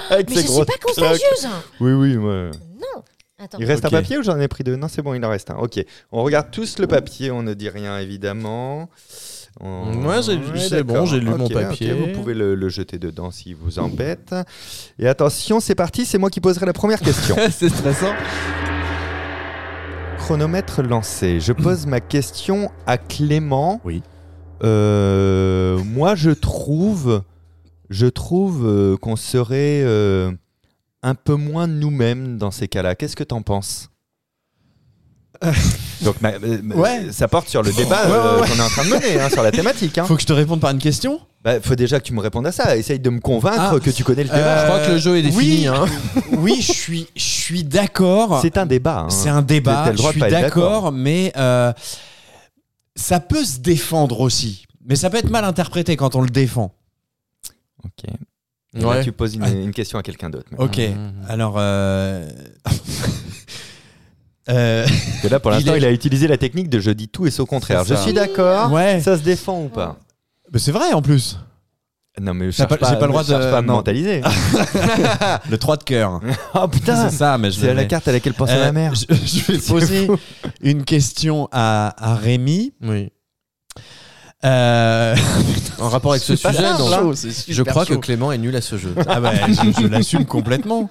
[SPEAKER 2] Avec
[SPEAKER 3] Mais
[SPEAKER 2] ses
[SPEAKER 3] je suis
[SPEAKER 2] grosses
[SPEAKER 3] pas
[SPEAKER 2] claques.
[SPEAKER 3] contagieuse.
[SPEAKER 2] Oui, oui. ouais.
[SPEAKER 3] Non. Attends.
[SPEAKER 2] Il reste
[SPEAKER 5] Ok.
[SPEAKER 2] un papier ou j'en ai pris deux Non, c'est bon, il en reste un. Ok. On regarde tous le papier, on ne dit rien évidemment. On-
[SPEAKER 4] Ouais, j'ai- c'est
[SPEAKER 2] d'accord.
[SPEAKER 4] bon, j'ai lu
[SPEAKER 2] Ok,
[SPEAKER 4] mon
[SPEAKER 2] ok,
[SPEAKER 4] papier.
[SPEAKER 2] vous pouvez le, le jeter dedans s'il vous embête. Et attention, c'est parti, c'est moi qui poserai la première question.
[SPEAKER 4] C'est stressant.
[SPEAKER 2] Chronomètre lancé. Je pose ma question à Clément.
[SPEAKER 5] Oui.
[SPEAKER 2] Euh, moi, je trouve, je trouve euh, qu'on serait euh, un peu moins nous-mêmes dans ces cas-là. Qu'est-ce que t'en penses Donc, ma- euh, ma-
[SPEAKER 5] Ouais.
[SPEAKER 2] ça porte sur le débat
[SPEAKER 5] Ouais, ouais,
[SPEAKER 2] euh,
[SPEAKER 5] ouais.
[SPEAKER 2] qu'on est en train de mener, hein, sur la thématique. hein.
[SPEAKER 5] Faut que je te réponde par une question
[SPEAKER 2] Bah, faut déjà que tu me répondes à ça. Essaye de me convaincre
[SPEAKER 5] Ah.
[SPEAKER 2] que tu connais le débat.
[SPEAKER 5] Euh,
[SPEAKER 4] Je crois que le jeu est
[SPEAKER 5] oui.
[SPEAKER 4] défini. hein.
[SPEAKER 5] Oui, je suis, je suis d'accord.
[SPEAKER 2] C'est un débat. hein.
[SPEAKER 5] Euh, C'est un débat.
[SPEAKER 2] T'as le droit
[SPEAKER 5] je
[SPEAKER 2] de pas
[SPEAKER 5] suis
[SPEAKER 2] être d'accord.
[SPEAKER 5] d'accord, mais euh, ça peut se défendre aussi. Mais ça peut être mal interprété quand on le défend.
[SPEAKER 2] Ok. Et là,
[SPEAKER 4] Ouais.
[SPEAKER 2] tu poses une, une question à quelqu'un d'autre. maintenant.
[SPEAKER 5] Ok.
[SPEAKER 4] Mhm.
[SPEAKER 5] Alors. euh, euh,
[SPEAKER 2] Parce que là, pour
[SPEAKER 5] Il
[SPEAKER 2] l'instant,
[SPEAKER 5] est-
[SPEAKER 2] il, a utilisé la technique de je dis tout et sauf contraire.
[SPEAKER 4] C'est
[SPEAKER 2] Je
[SPEAKER 4] ça.
[SPEAKER 2] suis d'accord.
[SPEAKER 5] ouais.
[SPEAKER 2] Ah, Ça se défend ou pas
[SPEAKER 5] Mais c'est vrai en plus.
[SPEAKER 2] Non, mais je
[SPEAKER 5] T'as
[SPEAKER 2] cherche
[SPEAKER 5] pas-
[SPEAKER 2] pas,
[SPEAKER 5] j'ai pas le
[SPEAKER 2] je
[SPEAKER 5] droit de-
[SPEAKER 2] cherche pas à me
[SPEAKER 5] non.
[SPEAKER 2] mentaliser.
[SPEAKER 5] Le 3 de cœur.
[SPEAKER 2] oh putain
[SPEAKER 5] C'est ça, mais je
[SPEAKER 2] C'est à
[SPEAKER 5] le
[SPEAKER 2] la
[SPEAKER 5] mets.
[SPEAKER 2] carte à laquelle pensait
[SPEAKER 5] Euh,
[SPEAKER 2] ma mère.
[SPEAKER 5] Je, je vais poser une question à, à Rémi.
[SPEAKER 4] Oui.
[SPEAKER 5] Euh,
[SPEAKER 4] En rapport avec ce
[SPEAKER 5] c'est pas
[SPEAKER 4] sujet,
[SPEAKER 5] simple,
[SPEAKER 4] donc,
[SPEAKER 5] hein.
[SPEAKER 4] je crois que
[SPEAKER 5] chaud.
[SPEAKER 4] Clément est nul à ce jeu.
[SPEAKER 5] Ah bah, je, je l'assume complètement.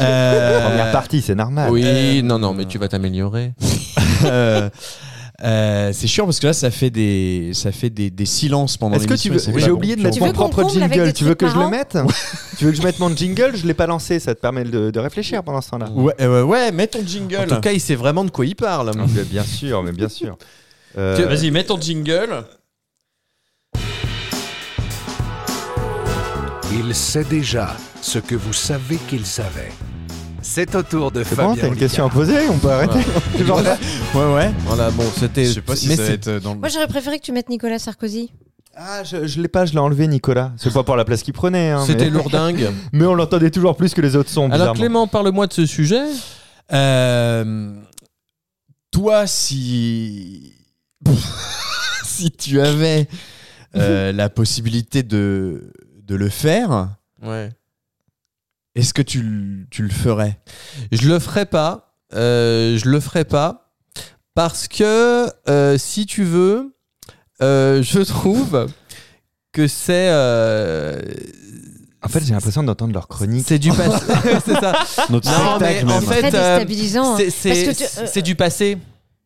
[SPEAKER 5] Euh,
[SPEAKER 2] Première partie, c'est normal.
[SPEAKER 4] Ah, Oui,
[SPEAKER 5] Euh,
[SPEAKER 4] non, non, mais tu vas t'améliorer.
[SPEAKER 5] euh, euh, c'est chiant parce que là, ça fait des, ça fait des, des silences pendant
[SPEAKER 2] Est-ce que tu
[SPEAKER 5] l'émission.
[SPEAKER 2] veux.
[SPEAKER 5] et c'est
[SPEAKER 2] J'ai
[SPEAKER 5] pas
[SPEAKER 2] oublié
[SPEAKER 5] bon.
[SPEAKER 2] de mettre
[SPEAKER 3] Tu
[SPEAKER 2] mon
[SPEAKER 3] veux qu'on
[SPEAKER 2] propre
[SPEAKER 3] comble avec
[SPEAKER 2] jingle.
[SPEAKER 3] des
[SPEAKER 2] Tu veux que
[SPEAKER 3] trucs
[SPEAKER 2] je le
[SPEAKER 3] marrants
[SPEAKER 2] mette Tu veux que je mette mon jingle Je l'ai pas lancé. Ça te permet de, de réfléchir pendant ce temps-là.
[SPEAKER 5] Ouais, euh, ouais, mets ton jingle.
[SPEAKER 4] En tout cas, il sait vraiment de quoi il parle.
[SPEAKER 2] Ah, Mais bien sûr, mais bien sûr. Euh,
[SPEAKER 5] Tu- Vas-y, mets ton jingle.
[SPEAKER 6] Il sait déjà ce que vous savez qu'il savait.
[SPEAKER 1] C'est au tour de
[SPEAKER 2] c'est bon,
[SPEAKER 1] Fabien.
[SPEAKER 2] t'as une
[SPEAKER 1] Olicard.
[SPEAKER 2] question à poser On peut arrêter Genre là-
[SPEAKER 5] Ouais, ouais.
[SPEAKER 4] Voilà, bon, c'était.
[SPEAKER 5] Je sais pas si
[SPEAKER 4] mais
[SPEAKER 5] ça va
[SPEAKER 4] c'est-
[SPEAKER 5] être dans le.
[SPEAKER 3] Moi, j'aurais préféré que tu mettes Nicolas Sarkozy.
[SPEAKER 2] Ah, je, je l'ai pas, je l'ai enlevé, Nicolas. C'est pas pour la place qu'il prenait. hein,
[SPEAKER 4] C'était
[SPEAKER 2] mais-
[SPEAKER 4] lourdingue.
[SPEAKER 2] Mais on l'entendait toujours plus que les autres sons.
[SPEAKER 4] Alors
[SPEAKER 2] bizarrement.
[SPEAKER 4] Clément, parle-moi de ce sujet.
[SPEAKER 5] Euh, toi, si si tu avais euh, la possibilité de de le faire,
[SPEAKER 4] Ouais.
[SPEAKER 5] est-ce que tu, l- tu le ferais
[SPEAKER 4] Je le ferai pas. euh, je le ferai pas parce que euh, si tu veux, euh, je trouve que c'est euh,
[SPEAKER 2] En fait, j'ai l'impression d'entendre leur chronique.
[SPEAKER 4] c'est du passé. c'est ça.
[SPEAKER 5] Notre
[SPEAKER 4] Non, mais
[SPEAKER 5] spectacle
[SPEAKER 4] en
[SPEAKER 5] même.
[SPEAKER 3] Très
[SPEAKER 4] fait, euh,
[SPEAKER 3] déstabilisant. hein.
[SPEAKER 4] c'est- c'est
[SPEAKER 3] Parce que tu- euh,
[SPEAKER 4] c'est du passé.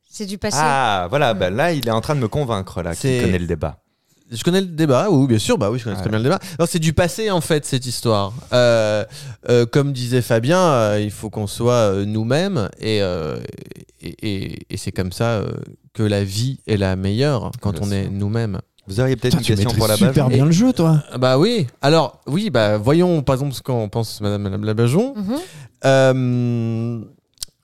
[SPEAKER 3] C'est du passé.
[SPEAKER 2] Ah, voilà, bah là, il est en train de me convaincre, là, qu'il
[SPEAKER 4] C'est-
[SPEAKER 2] connaît le débat.
[SPEAKER 4] Je connais le débat, oui, bien sûr, bah oui, je connais très bien le débat. Non, c'est du passé en fait cette histoire. Euh, euh, comme disait Fabien, euh, il faut qu'on soit euh, nous-mêmes et, euh, et, et- et c'est comme ça euh, que la vie est la meilleure quand
[SPEAKER 2] Bien
[SPEAKER 4] on
[SPEAKER 2] sûr.
[SPEAKER 4] est nous-mêmes.
[SPEAKER 2] Vous auriez peut-être
[SPEAKER 5] Putain,
[SPEAKER 2] une
[SPEAKER 5] tu
[SPEAKER 2] question
[SPEAKER 5] maîtrises
[SPEAKER 2] pour la base.
[SPEAKER 5] super bien le jeu, toi.
[SPEAKER 4] Ah Bah oui. Alors oui, bah voyons par exemple ce qu'en pense Madame Labajon.
[SPEAKER 3] Mhm.
[SPEAKER 4] Euh,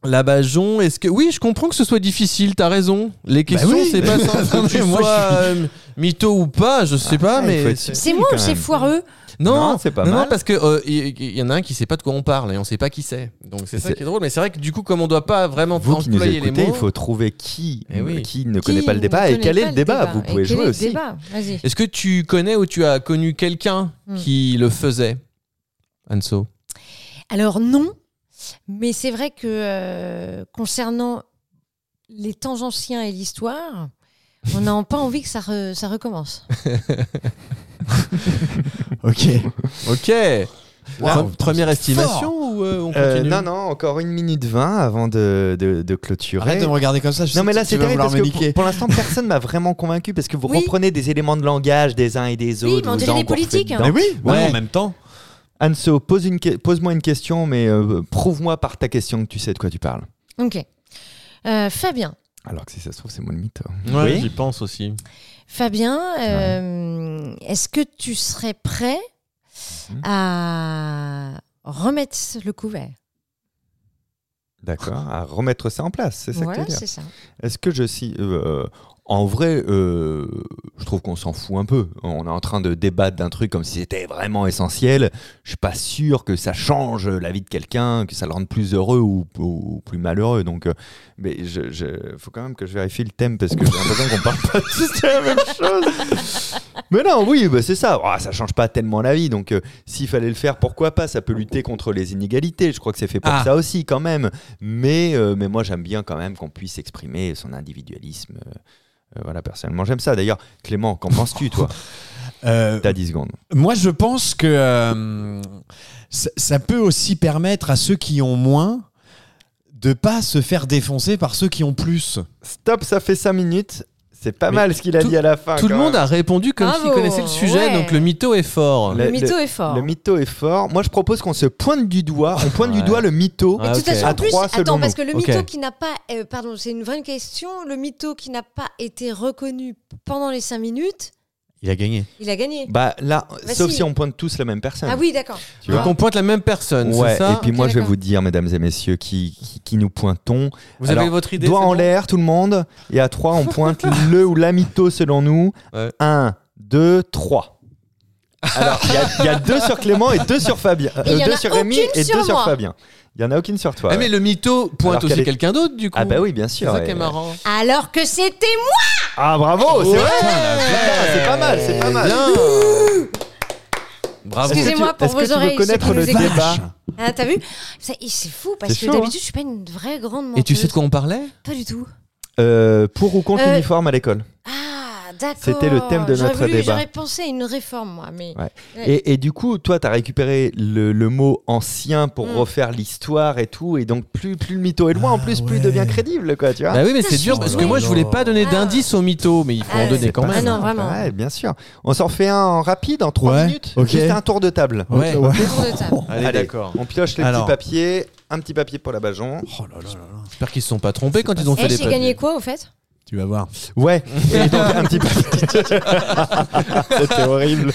[SPEAKER 4] Labajon, est-ce que oui, je comprends que ce soit difficile. T'as raison.
[SPEAKER 2] Bah
[SPEAKER 4] Les questions,
[SPEAKER 5] oui.
[SPEAKER 4] c'est pas simple.
[SPEAKER 5] Non,
[SPEAKER 4] que tu
[SPEAKER 5] mais moi,
[SPEAKER 4] sois
[SPEAKER 5] je
[SPEAKER 4] euh, mytho ou pas, je
[SPEAKER 2] Ah,
[SPEAKER 4] sais pas, mais
[SPEAKER 3] C'est moi ou c'est foireux
[SPEAKER 4] Non,
[SPEAKER 2] Non, c'est pas
[SPEAKER 4] non, non,
[SPEAKER 2] mal.
[SPEAKER 4] parce que euh, il il y, en a un qui sait pas de quoi on parle et on sait pas qui c'est. Donc c'est ça
[SPEAKER 2] C'est-
[SPEAKER 4] qui est drôle. Mais c'est vrai que du coup, comme on doit pas vraiment
[SPEAKER 2] Vous qui nous
[SPEAKER 4] employer les
[SPEAKER 2] écoutez,
[SPEAKER 4] mots,
[SPEAKER 2] il faut trouver qui,
[SPEAKER 4] Eh oui.
[SPEAKER 2] qui ne
[SPEAKER 3] Qui
[SPEAKER 2] connaît pas le
[SPEAKER 3] ne
[SPEAKER 2] débat et
[SPEAKER 3] connaît
[SPEAKER 2] quel est
[SPEAKER 3] pas
[SPEAKER 2] le débat. Vous
[SPEAKER 3] Et
[SPEAKER 2] pouvez
[SPEAKER 3] quel est
[SPEAKER 2] jouer
[SPEAKER 3] le
[SPEAKER 2] aussi.
[SPEAKER 3] débat Vas-y.
[SPEAKER 4] est-ce que tu connais ou tu as connu quelqu'un
[SPEAKER 3] Hmm.
[SPEAKER 4] qui le faisait, Anso
[SPEAKER 3] Alors non, mais c'est vrai que euh, concernant les temps anciens et l'histoire, on n'a pas envie que ça, re- ça recommence.
[SPEAKER 5] Ok.
[SPEAKER 4] Ok. Pre-
[SPEAKER 5] Waouh, putain,
[SPEAKER 4] première
[SPEAKER 5] c'est
[SPEAKER 4] estimation ou euh, on
[SPEAKER 2] Euh,
[SPEAKER 4] continue
[SPEAKER 2] non, non, encore une minute vingt avant de, de- de clôturer.
[SPEAKER 5] Arrête de me regarder comme ça. Je
[SPEAKER 2] non
[SPEAKER 5] sais
[SPEAKER 2] mais
[SPEAKER 5] que
[SPEAKER 2] là
[SPEAKER 5] tu
[SPEAKER 2] c'est
[SPEAKER 5] vas
[SPEAKER 2] terrible
[SPEAKER 5] vouloir
[SPEAKER 2] parce
[SPEAKER 5] me
[SPEAKER 2] que
[SPEAKER 5] niquer.
[SPEAKER 2] pour, pour l'instant personne m'a vraiment convaincu parce que vous
[SPEAKER 3] Oui.
[SPEAKER 2] reprenez des éléments de langage des uns et des
[SPEAKER 3] Oui,
[SPEAKER 2] autres.
[SPEAKER 3] mais on
[SPEAKER 2] vous
[SPEAKER 3] dirait les
[SPEAKER 2] en refaites
[SPEAKER 3] politiques, hein.
[SPEAKER 2] dedans.
[SPEAKER 5] Mais oui, ouais,
[SPEAKER 2] Ouais.
[SPEAKER 5] en même temps.
[SPEAKER 2] Anso, pose une que- pose-moi une question mais euh, prouve-moi par ta question que tu sais de quoi tu parles.
[SPEAKER 3] Ok. Euh, Fabien.
[SPEAKER 2] Alors que si ça se trouve c'est moi le mytho.
[SPEAKER 4] Ouais,
[SPEAKER 5] Oui.
[SPEAKER 4] J'y pense aussi.
[SPEAKER 3] Fabien, euh, est-ce que tu serais prêt
[SPEAKER 2] Mhm.
[SPEAKER 3] à remettre le couvert
[SPEAKER 2] D'accord. À remettre ça en place, c'est ça
[SPEAKER 3] Voilà,
[SPEAKER 2] que tu veux dire.
[SPEAKER 3] c'est ça.
[SPEAKER 2] Est-ce que je suis euh, en vrai euh, je trouve qu'on s'en fout un peu. On est en train de débattre d'un truc comme si c'était vraiment essentiel. Je suis pas sûr que ça change la vie de quelqu'un, que ça le rende plus heureux ou, ou- ou plus malheureux. Donc euh, mais je, je- faut quand même que je vérifie le thème parce que j'ai l'impression qu'on parle pas tous de la même chose. Mais non, oui, bah, c'est ça. Ah, ça change pas tellement la vie. Donc, euh, s'il fallait le faire, pourquoi pas Ça peut lutter contre les inégalités. Je crois que c'est fait pour
[SPEAKER 5] Ah.
[SPEAKER 2] ça aussi, quand même. Mais, euh, mais moi, j'aime bien quand même qu'on puisse exprimer son individualisme. Euh, euh, voilà, personnellement, j'aime ça. D'ailleurs, Clément, qu'en penses-tu, toi
[SPEAKER 5] Euh,
[SPEAKER 2] T'as 10 secondes.
[SPEAKER 5] Moi, je pense que euh, ça, ça peut aussi permettre à ceux qui ont moins de pas se faire défoncer par ceux qui ont plus.
[SPEAKER 2] Stop, ça fait 5 minutes. C'est pas
[SPEAKER 4] Mais
[SPEAKER 2] mal ce qu'il a
[SPEAKER 4] tout-
[SPEAKER 2] dit à la fin.
[SPEAKER 4] Tout le
[SPEAKER 2] Ah, quand
[SPEAKER 4] monde
[SPEAKER 2] même.
[SPEAKER 4] a répondu comme s'il
[SPEAKER 3] Bravo,
[SPEAKER 4] connaissait le sujet,
[SPEAKER 3] ouais.
[SPEAKER 4] donc le mytho est fort.
[SPEAKER 2] Euh, Le-
[SPEAKER 3] Le mytho est fort.
[SPEAKER 2] Le mytho est fort. Moi, je propose qu'on se pointe du doigt. On pointe du
[SPEAKER 4] Ouais.
[SPEAKER 2] doigt le mytho.
[SPEAKER 4] Ouais. Ah,
[SPEAKER 3] de
[SPEAKER 4] ok.
[SPEAKER 3] toute façon,
[SPEAKER 2] À
[SPEAKER 3] en plus,
[SPEAKER 2] trois, selon
[SPEAKER 3] attends, parce que le mytho
[SPEAKER 4] Ok.
[SPEAKER 3] qui n'a pas, euh, pardon, c'est une vraie question, le mytho qui n'a pas été reconnu pendant les 5 minutes,
[SPEAKER 5] Il a gagné.
[SPEAKER 3] il a gagné.
[SPEAKER 2] Bah là,
[SPEAKER 3] Bah,
[SPEAKER 2] sauf
[SPEAKER 3] si.
[SPEAKER 2] si on pointe tous la même personne.
[SPEAKER 3] Ah oui, d'accord.
[SPEAKER 2] tu vois.
[SPEAKER 4] Donc on pointe la même personne,
[SPEAKER 2] Ouais,
[SPEAKER 4] Ah, c'est ça
[SPEAKER 2] et puis
[SPEAKER 3] Ok,
[SPEAKER 2] moi je vais
[SPEAKER 3] d'accord.
[SPEAKER 2] vous dire, mesdames et messieurs, qui, qui, qui nous pointons.
[SPEAKER 4] Vous
[SPEAKER 2] Alors,
[SPEAKER 4] avez votre idée
[SPEAKER 2] Doigt
[SPEAKER 4] c'est
[SPEAKER 2] en
[SPEAKER 4] bon
[SPEAKER 2] l'air, tout le monde. Et à trois, on pointe le ou la mytho selon nous.
[SPEAKER 4] Ouais.
[SPEAKER 2] Un, deux, trois. Alors, il y a- il y, a deux sur Clément et deux sur Fabien. Euh,
[SPEAKER 3] Et il y en
[SPEAKER 2] deux
[SPEAKER 3] a
[SPEAKER 2] sur Rémi
[SPEAKER 3] aucune
[SPEAKER 2] et
[SPEAKER 3] sur
[SPEAKER 2] deux sur
[SPEAKER 3] moi.
[SPEAKER 2] Fabien. Il n'y en a aucune sur toi.
[SPEAKER 4] Ah,
[SPEAKER 2] ouais.
[SPEAKER 4] mais le mytho pointe
[SPEAKER 2] Alors qu'elle
[SPEAKER 4] aussi
[SPEAKER 2] est-
[SPEAKER 4] quelqu'un d'autre, du coup.
[SPEAKER 2] Ah bah oui, bien
[SPEAKER 4] C'est
[SPEAKER 2] sûr.
[SPEAKER 4] ça qui
[SPEAKER 2] ouais.
[SPEAKER 4] est marrant.
[SPEAKER 3] Alors que c'était moi
[SPEAKER 2] Ah bravo, c'est
[SPEAKER 4] Ouais.
[SPEAKER 2] vrai. Putain, C'est pas mal, c'est pas mal.
[SPEAKER 4] Bien.
[SPEAKER 2] Est-ce
[SPEAKER 4] Bravo.
[SPEAKER 2] que tu-
[SPEAKER 3] Excusez-moi pour
[SPEAKER 2] est-ce que
[SPEAKER 3] vos
[SPEAKER 2] tu veux
[SPEAKER 3] oreilles, ceux
[SPEAKER 2] connaître
[SPEAKER 3] qui nous
[SPEAKER 2] le
[SPEAKER 3] écoutent.
[SPEAKER 2] débat
[SPEAKER 3] Ah, t'as vu Ça, et C'est fou, parce
[SPEAKER 2] C'est
[SPEAKER 3] que
[SPEAKER 2] chaud, hein.
[SPEAKER 3] d'habitude, je suis pas une vraie grande menteuse.
[SPEAKER 4] Et tu sais de quoi on parlait
[SPEAKER 3] Pas du tout.
[SPEAKER 2] Euh, Pour ou contre
[SPEAKER 3] Euh,
[SPEAKER 2] l'uniforme à l'école
[SPEAKER 3] Ah, d'accord.
[SPEAKER 2] C'était le thème de
[SPEAKER 3] J'aurais
[SPEAKER 2] notre
[SPEAKER 3] voulu-
[SPEAKER 2] débat.
[SPEAKER 3] J'aurais pensé à une réforme, moi, mais...
[SPEAKER 2] Ouais.
[SPEAKER 3] Ouais.
[SPEAKER 2] Et, et du coup, toi, tu as récupéré le, le mot ancien pour
[SPEAKER 3] Mm.
[SPEAKER 2] refaire l'histoire et tout. Et donc, plus, plus le mytho est loin, en plus, plus il devient crédible, quoi, tu vois.
[SPEAKER 4] Bah oui, mais
[SPEAKER 3] Ça
[SPEAKER 4] c'est dur
[SPEAKER 3] change
[SPEAKER 4] parce que
[SPEAKER 3] tout.
[SPEAKER 4] moi je voulais pas donner
[SPEAKER 3] Ah.
[SPEAKER 4] d'indice au mytho, mais il faut
[SPEAKER 3] Ah,
[SPEAKER 4] en donner
[SPEAKER 3] c'est
[SPEAKER 4] quand
[SPEAKER 2] pas
[SPEAKER 4] même.
[SPEAKER 3] Ah non,
[SPEAKER 2] simple.
[SPEAKER 3] vraiment.
[SPEAKER 2] Ouais, bien sûr. On s'en fait un en rapide, en 3
[SPEAKER 5] Ouais,
[SPEAKER 2] minutes.
[SPEAKER 5] ok.
[SPEAKER 2] Juste un tour de table.
[SPEAKER 5] Ouais.
[SPEAKER 2] Ok.
[SPEAKER 3] Tour de table.
[SPEAKER 4] Ah, Allez,
[SPEAKER 2] Allez.
[SPEAKER 4] d'accord.
[SPEAKER 2] On pioche les
[SPEAKER 5] Alors.
[SPEAKER 2] petits papiers. Un petit papier pour la Bajon.
[SPEAKER 5] Oh là là là là.
[SPEAKER 4] J'espère qu'ils se sont pas trompés quand ils ont fait
[SPEAKER 3] Eh,
[SPEAKER 4] des
[SPEAKER 3] j'ai gagné quoi, au fait
[SPEAKER 5] Tu vas voir.
[SPEAKER 2] Ouais. Et donc, un petit papier. C'était horrible.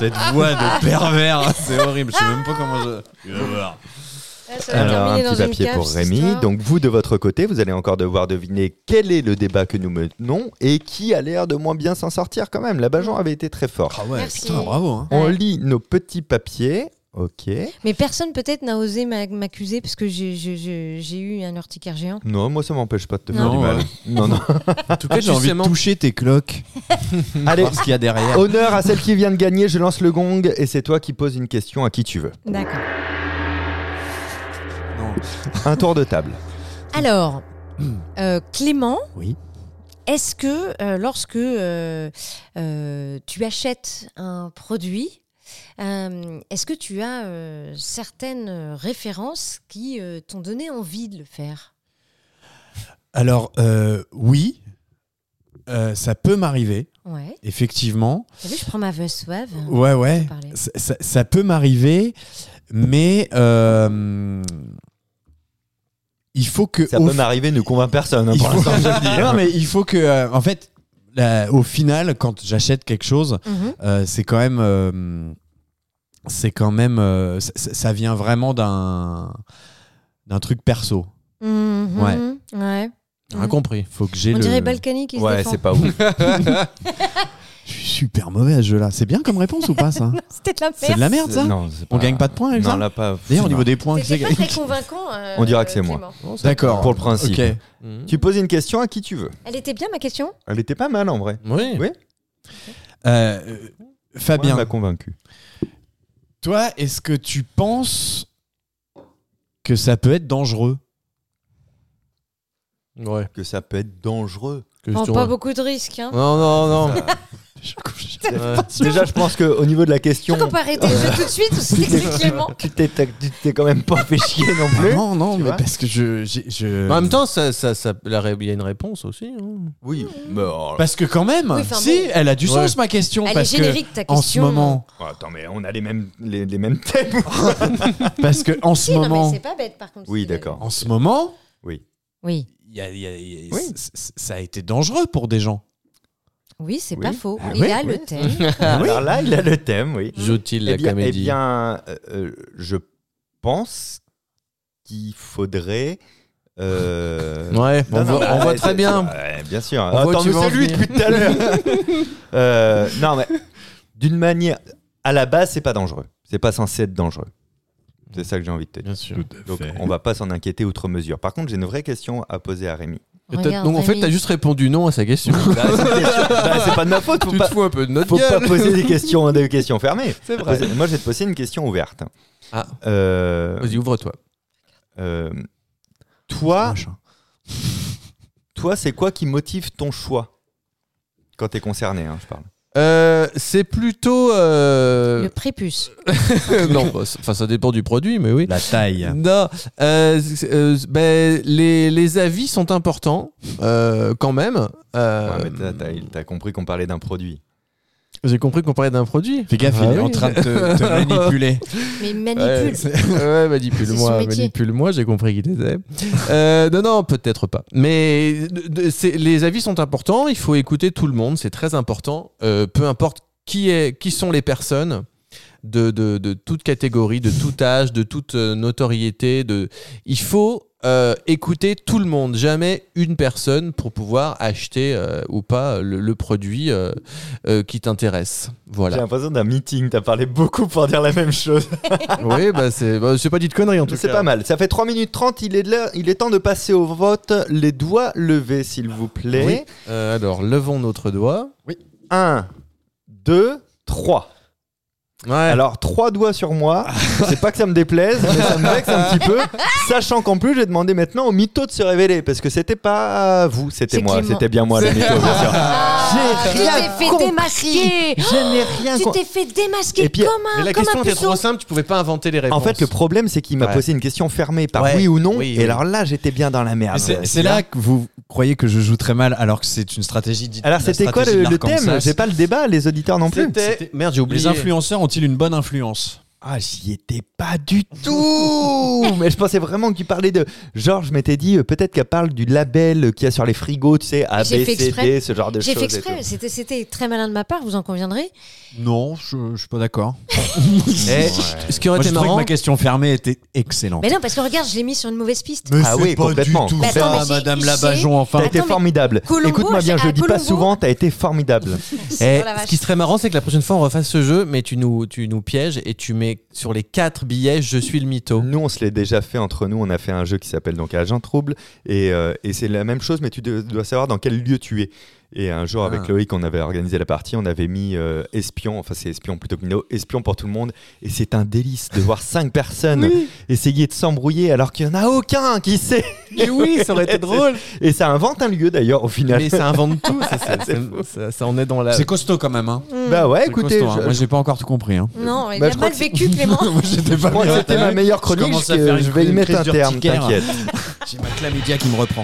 [SPEAKER 5] Cette voix de pervers, hein, c'est horrible. Je sais même pas comment je. Tu vas voir.
[SPEAKER 3] Ah, Ça va
[SPEAKER 2] Alors, un
[SPEAKER 3] terminer
[SPEAKER 2] petit
[SPEAKER 3] dans une
[SPEAKER 2] papier
[SPEAKER 3] cave,
[SPEAKER 2] pour
[SPEAKER 3] cette
[SPEAKER 2] Rémi.
[SPEAKER 3] histoire.
[SPEAKER 2] Donc, vous, de votre côté, vous allez encore devoir deviner quel est le débat que nous menons et qui a l'air de moins bien s'en sortir quand même. La Bajon avait été très fort.
[SPEAKER 5] Ah ouais,
[SPEAKER 3] Merci.
[SPEAKER 5] putain, bravo. Hein.
[SPEAKER 2] On
[SPEAKER 3] Mm. Ouais.
[SPEAKER 2] lit nos petits papiers. Ok.
[SPEAKER 3] Mais personne peut-être n'a osé m'a- m'accuser parce que j'ai- j'ai j'ai- j'ai eu un urticaire géant.
[SPEAKER 2] Non, moi, ça m'empêche pas de te
[SPEAKER 3] Non.
[SPEAKER 2] faire du
[SPEAKER 5] Non,
[SPEAKER 2] mal.
[SPEAKER 5] ouais.
[SPEAKER 2] Non, non.
[SPEAKER 5] En tout cas, j'ai envie de
[SPEAKER 4] Justement.
[SPEAKER 5] toucher tes cloques.
[SPEAKER 2] Allez, Oh.
[SPEAKER 5] Voir ce qu'il y a derrière.
[SPEAKER 2] honneur à celle qui vient de gagner. Je lance le gong et c'est toi qui poses une question à qui tu veux.
[SPEAKER 3] D'accord.
[SPEAKER 5] Non.
[SPEAKER 2] Un tour de table.
[SPEAKER 3] Alors, euh, Clément,
[SPEAKER 5] Oui.
[SPEAKER 3] est-ce que euh, lorsque euh, euh, tu achètes un produit, euh, est-ce que tu as euh, certaines euh, références qui euh, t'ont donné envie de le faire
[SPEAKER 5] Alors, euh, oui, euh, ça peut m'arriver,
[SPEAKER 3] Ouais.
[SPEAKER 5] effectivement.
[SPEAKER 3] T'as vu, je prends ma veuve suave.
[SPEAKER 5] Ouais, ouais.
[SPEAKER 3] parler.
[SPEAKER 5] Ça, ça- ça peut m'arriver, mais euh, il faut que.
[SPEAKER 2] Ça
[SPEAKER 5] au
[SPEAKER 2] peut
[SPEAKER 5] fi-
[SPEAKER 2] m'arriver, ne convainc personne. hein,
[SPEAKER 5] il
[SPEAKER 2] pour
[SPEAKER 5] faut-
[SPEAKER 2] l'instant, je le dis.
[SPEAKER 5] Non, mais il faut que. euh, en fait, la- au final, quand j'achète quelque chose,
[SPEAKER 3] Mhm.
[SPEAKER 5] euh, c'est quand même. euh, c'est quand même. euh, ça, ça- ça vient vraiment d'un. d'un truc perso.
[SPEAKER 3] Mhm. Ouais.
[SPEAKER 4] Rien Ah, compris.
[SPEAKER 5] Faut que j'ai
[SPEAKER 3] On
[SPEAKER 5] le.
[SPEAKER 3] dirait Balkany qui se
[SPEAKER 2] Ouais,
[SPEAKER 3] défend.
[SPEAKER 2] c'est pas ouf.
[SPEAKER 5] Je suis super mauvais à ce jeu-là. C'est bien comme réponse ou pas, ça
[SPEAKER 3] C'était de la merde.
[SPEAKER 5] C'est de la merde, ça
[SPEAKER 2] Non, c'est
[SPEAKER 5] On gagne pas de points avec
[SPEAKER 2] Non,
[SPEAKER 5] ça
[SPEAKER 2] là, pas.
[SPEAKER 5] D'ailleurs, au niveau des points, qui c'est
[SPEAKER 3] C'était pas
[SPEAKER 5] qui-
[SPEAKER 3] très convaincant. euh,
[SPEAKER 2] On dira que c'est moi.
[SPEAKER 3] Clément.
[SPEAKER 5] D'accord.
[SPEAKER 2] Pour le principe.
[SPEAKER 5] Ok.
[SPEAKER 4] Mhm.
[SPEAKER 2] Tu poses une question à qui tu veux.
[SPEAKER 3] Elle était bien ma question
[SPEAKER 2] Elle était pas mal en vrai.
[SPEAKER 4] Oui.
[SPEAKER 2] Oui.
[SPEAKER 5] Euh, euh, Fabien,
[SPEAKER 2] Moi, elle m'a convaincu.
[SPEAKER 5] toi, est-ce que tu penses que ça peut être dangereux
[SPEAKER 4] Ouais.
[SPEAKER 2] Que ça peut être dangereux.
[SPEAKER 4] Que
[SPEAKER 3] Prends
[SPEAKER 4] je te-
[SPEAKER 3] pas beaucoup Oh, de risques. hein.
[SPEAKER 4] Non, non, non. Ouais.
[SPEAKER 2] Déjà, je pense qu'au niveau de la question,
[SPEAKER 3] Est-ce qu'on peut arrêter le jeu tout de suite ou c'est Clément
[SPEAKER 2] tu t'es tu t'es quand même pas fait chier non
[SPEAKER 5] Ah
[SPEAKER 2] plus.
[SPEAKER 5] non, non,
[SPEAKER 2] Tu
[SPEAKER 5] mais
[SPEAKER 2] vois Bah,
[SPEAKER 5] parce que je. j'ai- je-
[SPEAKER 4] En même temps, ça, ça, ça- la ré- il y a une réponse aussi.
[SPEAKER 3] Mm.
[SPEAKER 4] hein.
[SPEAKER 2] Oui, mais oh,
[SPEAKER 5] Parce que quand même,
[SPEAKER 3] Oui, enfin,
[SPEAKER 5] si,
[SPEAKER 3] bon.
[SPEAKER 5] elle a du sens ma question.
[SPEAKER 3] Elle est
[SPEAKER 5] parce
[SPEAKER 3] générique
[SPEAKER 5] que
[SPEAKER 3] ta
[SPEAKER 5] en ce
[SPEAKER 3] question.
[SPEAKER 5] moment,
[SPEAKER 2] oh, attends, mais on a les mêmes, les, les mêmes thèmes.
[SPEAKER 5] parce que en ce
[SPEAKER 3] Si, non, mais
[SPEAKER 5] moment,
[SPEAKER 3] c'est pas bête par contre.
[SPEAKER 2] Oui,
[SPEAKER 3] c'est pas bête.
[SPEAKER 2] d'accord.
[SPEAKER 5] en ce moment,
[SPEAKER 3] Oui,
[SPEAKER 5] il y a- il y a- il y a-
[SPEAKER 2] Oui.
[SPEAKER 5] c- c- ça a été dangereux pour des gens.
[SPEAKER 3] oui, c'est
[SPEAKER 2] Oui.
[SPEAKER 3] pas faux.
[SPEAKER 5] Ah
[SPEAKER 3] il
[SPEAKER 5] oui,
[SPEAKER 3] a
[SPEAKER 5] oui.
[SPEAKER 3] le thème.
[SPEAKER 2] Alors là, il a le thème, oui.
[SPEAKER 4] Joue-t-il la
[SPEAKER 2] eh bien, eh
[SPEAKER 4] comédie
[SPEAKER 2] bien, euh, euh, je pense qu'il faudrait. euh,
[SPEAKER 4] Ouais, on
[SPEAKER 2] Non, non,
[SPEAKER 4] voit,
[SPEAKER 2] bah,
[SPEAKER 4] on voit
[SPEAKER 2] c'est-
[SPEAKER 4] très bien.
[SPEAKER 2] Ouais, bien sûr.
[SPEAKER 4] On voit où
[SPEAKER 2] Attends,
[SPEAKER 4] tu
[SPEAKER 2] mais
[SPEAKER 4] veux en
[SPEAKER 2] c'est lui
[SPEAKER 4] venir.
[SPEAKER 2] depuis tout à l'heure. Euh, non, mais d'une manière. À la base, c'est pas dangereux. C'est pas censé être dangereux. C'est ça que j'ai envie de te dire.
[SPEAKER 4] Bien sûr.
[SPEAKER 2] Donc, on va pas s'en inquiéter outre mesure. Par contre, j'ai une vraie question à poser à Rémi.
[SPEAKER 3] Regarde,
[SPEAKER 4] Donc en fait,
[SPEAKER 3] Rémi.
[SPEAKER 4] t'as juste répondu non à sa question.
[SPEAKER 2] Bah, c'est bah, c'est pas de ma faute. Faut
[SPEAKER 4] tu
[SPEAKER 2] pas,
[SPEAKER 4] te fous un peu de notre
[SPEAKER 2] faut pas
[SPEAKER 4] gueule.
[SPEAKER 2] poser des questions, des questions fermées.
[SPEAKER 4] C'est vrai.
[SPEAKER 2] Poser- Moi, je vais te poser une question ouverte.
[SPEAKER 4] Ah.
[SPEAKER 2] Euh,
[SPEAKER 4] Vas-y, ouvre-toi.
[SPEAKER 2] Euh, toi, toi, c'est quoi qui motive ton choix quand t'es concerné hein, Je parle.
[SPEAKER 4] Euh, c'est plutôt. euh,
[SPEAKER 3] Le prépuce.
[SPEAKER 4] non, bah, c'est- enfin, ça dépend du produit, mais oui.
[SPEAKER 5] La taille.
[SPEAKER 2] Bah
[SPEAKER 4] Non, euh, c'est- euh, ben, les, les avis sont importants euh, quand même. Euh,
[SPEAKER 2] Ouais, mais t'as- t'as- il- t'as compris qu'on parlait d'un produit.
[SPEAKER 4] J'ai compris qu'on parlait d'un produit.
[SPEAKER 5] Fais gaffe,
[SPEAKER 4] Ah
[SPEAKER 5] il est
[SPEAKER 4] oui.
[SPEAKER 5] en train de te, te manipuler.
[SPEAKER 3] Mais
[SPEAKER 4] Ouais,
[SPEAKER 3] manipule.
[SPEAKER 4] c'est- ouais,
[SPEAKER 3] C'est son
[SPEAKER 4] manipule-moi,
[SPEAKER 3] métier.
[SPEAKER 4] manipule-moi, j'ai compris qu'il était. Euh, non, non, peut-être pas. Mais de- de- c'est- les avis sont importants, il faut écouter tout le monde, c'est très important. Euh, peu importe qui, est, qui sont les personnes de, de, de toute catégorie, de tout âge, de toute euh, notoriété. De... Il faut euh, écouter tout le monde, jamais une personne pour pouvoir acheter euh, ou pas le, le produit euh, euh, qui t'intéresse. Voilà.
[SPEAKER 2] J'ai l'impression d'un meeting. T'as parlé beaucoup pour dire la même chose.
[SPEAKER 4] Oui, bah c'est bah, c'est pas dit de conneries en tout cas.
[SPEAKER 2] C'est pas mal. Ça fait 3 minutes 30. Il est, l'heure- il est temps de passer au vote. Les doigts levés, s'il vous plaît.
[SPEAKER 4] Euh, alors, levons notre doigt.
[SPEAKER 2] 1, 2, 3.
[SPEAKER 4] Ouais.
[SPEAKER 2] Alors, trois doigts sur moi. C'est pas que ça me déplaise, mais ça me vexe un petit peu. Sachant qu'en plus, j'ai demandé maintenant au mytho de se révéler. Parce que c'était pas vous, c'était
[SPEAKER 3] C'est
[SPEAKER 2] moi.
[SPEAKER 3] Clément.
[SPEAKER 2] C'était bien moi, le mytho, bien sûr.
[SPEAKER 3] Ah, tu
[SPEAKER 2] J'ai rien
[SPEAKER 3] t'es fait
[SPEAKER 2] compris.
[SPEAKER 3] démasquer.
[SPEAKER 2] Je n'ai rien
[SPEAKER 3] Tu
[SPEAKER 2] con-
[SPEAKER 3] t'es fait démasquer
[SPEAKER 2] Et puis-
[SPEAKER 3] comme un.
[SPEAKER 4] mais la
[SPEAKER 3] Ah, comme
[SPEAKER 4] question
[SPEAKER 3] un
[SPEAKER 4] était
[SPEAKER 3] puceau.
[SPEAKER 4] trop simple, tu pouvais pas inventer les réponses.
[SPEAKER 2] En fait, le problème, c'est qu'il m'a
[SPEAKER 4] Ouais.
[SPEAKER 2] posé une question fermée par
[SPEAKER 4] Ouais.
[SPEAKER 2] oui ou non.
[SPEAKER 4] Oui,
[SPEAKER 2] et
[SPEAKER 4] oui.
[SPEAKER 2] alors là, j'étais bien dans la merde.
[SPEAKER 5] Mais c'est- C'est là que vous croyez que je joue très mal alors que c'est une stratégie dite-
[SPEAKER 2] Alors,
[SPEAKER 5] la
[SPEAKER 2] c'était quoi
[SPEAKER 5] stratégie
[SPEAKER 2] le,
[SPEAKER 5] de
[SPEAKER 2] le thème
[SPEAKER 5] l'arc-en-ciel.
[SPEAKER 2] J'ai pas le débat, les auditeurs non plus.
[SPEAKER 4] c'était. Merde, j'ai oublié.
[SPEAKER 5] Les influenceurs ont-ils une bonne influence
[SPEAKER 2] Ah, j'y étais pas du tout Mais je pensais vraiment qu'il parlait de... Genre, je m'étais dit, euh, peut-être qu'elle parle du label qu'il y a sur les frigos, tu sais, A, B,
[SPEAKER 3] J'ai fait
[SPEAKER 2] C,
[SPEAKER 3] exprès.
[SPEAKER 2] D, ce genre de choses.
[SPEAKER 3] J'ai fait
[SPEAKER 2] et
[SPEAKER 3] exprès, mais c'était- c'était très malin de ma part, vous en conviendrez.
[SPEAKER 5] Non, je, je suis pas d'accord.
[SPEAKER 2] tout. Eh,
[SPEAKER 4] Ce qui aurait
[SPEAKER 5] Moi, je trouvais
[SPEAKER 4] été
[SPEAKER 5] que
[SPEAKER 4] marrant.
[SPEAKER 5] ma question fermée était excellente.
[SPEAKER 3] Mais non, parce que regarde, je l'ai mis sur une mauvaise piste.
[SPEAKER 2] Ah oui, complètement.
[SPEAKER 3] Bah, attends,
[SPEAKER 5] ça,
[SPEAKER 3] mais c'est-
[SPEAKER 5] Ah, Madame
[SPEAKER 3] c'est-
[SPEAKER 5] Labajon, enfin.
[SPEAKER 2] T'as été
[SPEAKER 3] Attends, mais
[SPEAKER 2] formidable.
[SPEAKER 3] Colombo,
[SPEAKER 2] Écoute-moi bien, je
[SPEAKER 3] à
[SPEAKER 2] le dis pas
[SPEAKER 3] Colombo
[SPEAKER 2] souvent, t'as été formidable.
[SPEAKER 4] Eh,
[SPEAKER 3] Oh la
[SPEAKER 4] ce qui
[SPEAKER 3] vache.
[SPEAKER 4] serait marrant, c'est que la prochaine fois, on refasse ce jeu, mais tu nous, tu nous pièges et tu mets sur les quatre billets Je suis le mytho.
[SPEAKER 2] Nous, on se l'est déjà fait entre nous. On a fait un jeu qui s'appelle donc Agent Trouble. Et, euh, et c'est la même chose, mais tu de- dois savoir dans quel lieu tu es. Et un jour, avec
[SPEAKER 4] Ah.
[SPEAKER 2] Loïc, on avait organisé la partie. On avait mis euh, espion, enfin, c'est espion plutôt que minot, espion pour tout le monde. Et c'est un délice de voir cinq personnes essayer de s'embrouiller alors qu'il n'y en a aucun qui sait.
[SPEAKER 4] Et oui, ça aurait été drôle.
[SPEAKER 2] Et ça invente un lieu d'ailleurs au final.
[SPEAKER 4] Mais ça invente tout. Ça, ça- ça- ça- ça en est dans
[SPEAKER 2] Euh,
[SPEAKER 4] la.
[SPEAKER 5] C'est costaud quand même. Hein.
[SPEAKER 2] Bah ouais,
[SPEAKER 5] C'est
[SPEAKER 2] écoutez,
[SPEAKER 5] costaud, hein.
[SPEAKER 2] je-
[SPEAKER 5] Moi, j'ai pas encore tout compris. Hein.
[SPEAKER 3] Non, il
[SPEAKER 2] Bah, je
[SPEAKER 3] a
[SPEAKER 2] crois
[SPEAKER 3] mal
[SPEAKER 2] que
[SPEAKER 3] vécu, Clément.
[SPEAKER 5] J'étais pas
[SPEAKER 2] je crois que c'était ma meilleure chronique.
[SPEAKER 5] commence à
[SPEAKER 2] que
[SPEAKER 5] faire une
[SPEAKER 2] je vais y
[SPEAKER 5] crise
[SPEAKER 2] mettre un terme,
[SPEAKER 5] d'urticaire.
[SPEAKER 2] t'inquiète.
[SPEAKER 5] J'ai ma chlamydia qui me reprend.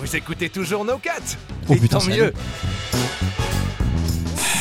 [SPEAKER 1] Vous écoutez toujours No Cat
[SPEAKER 5] Oh
[SPEAKER 1] Et
[SPEAKER 5] putain,
[SPEAKER 1] tant
[SPEAKER 5] ça
[SPEAKER 1] mieux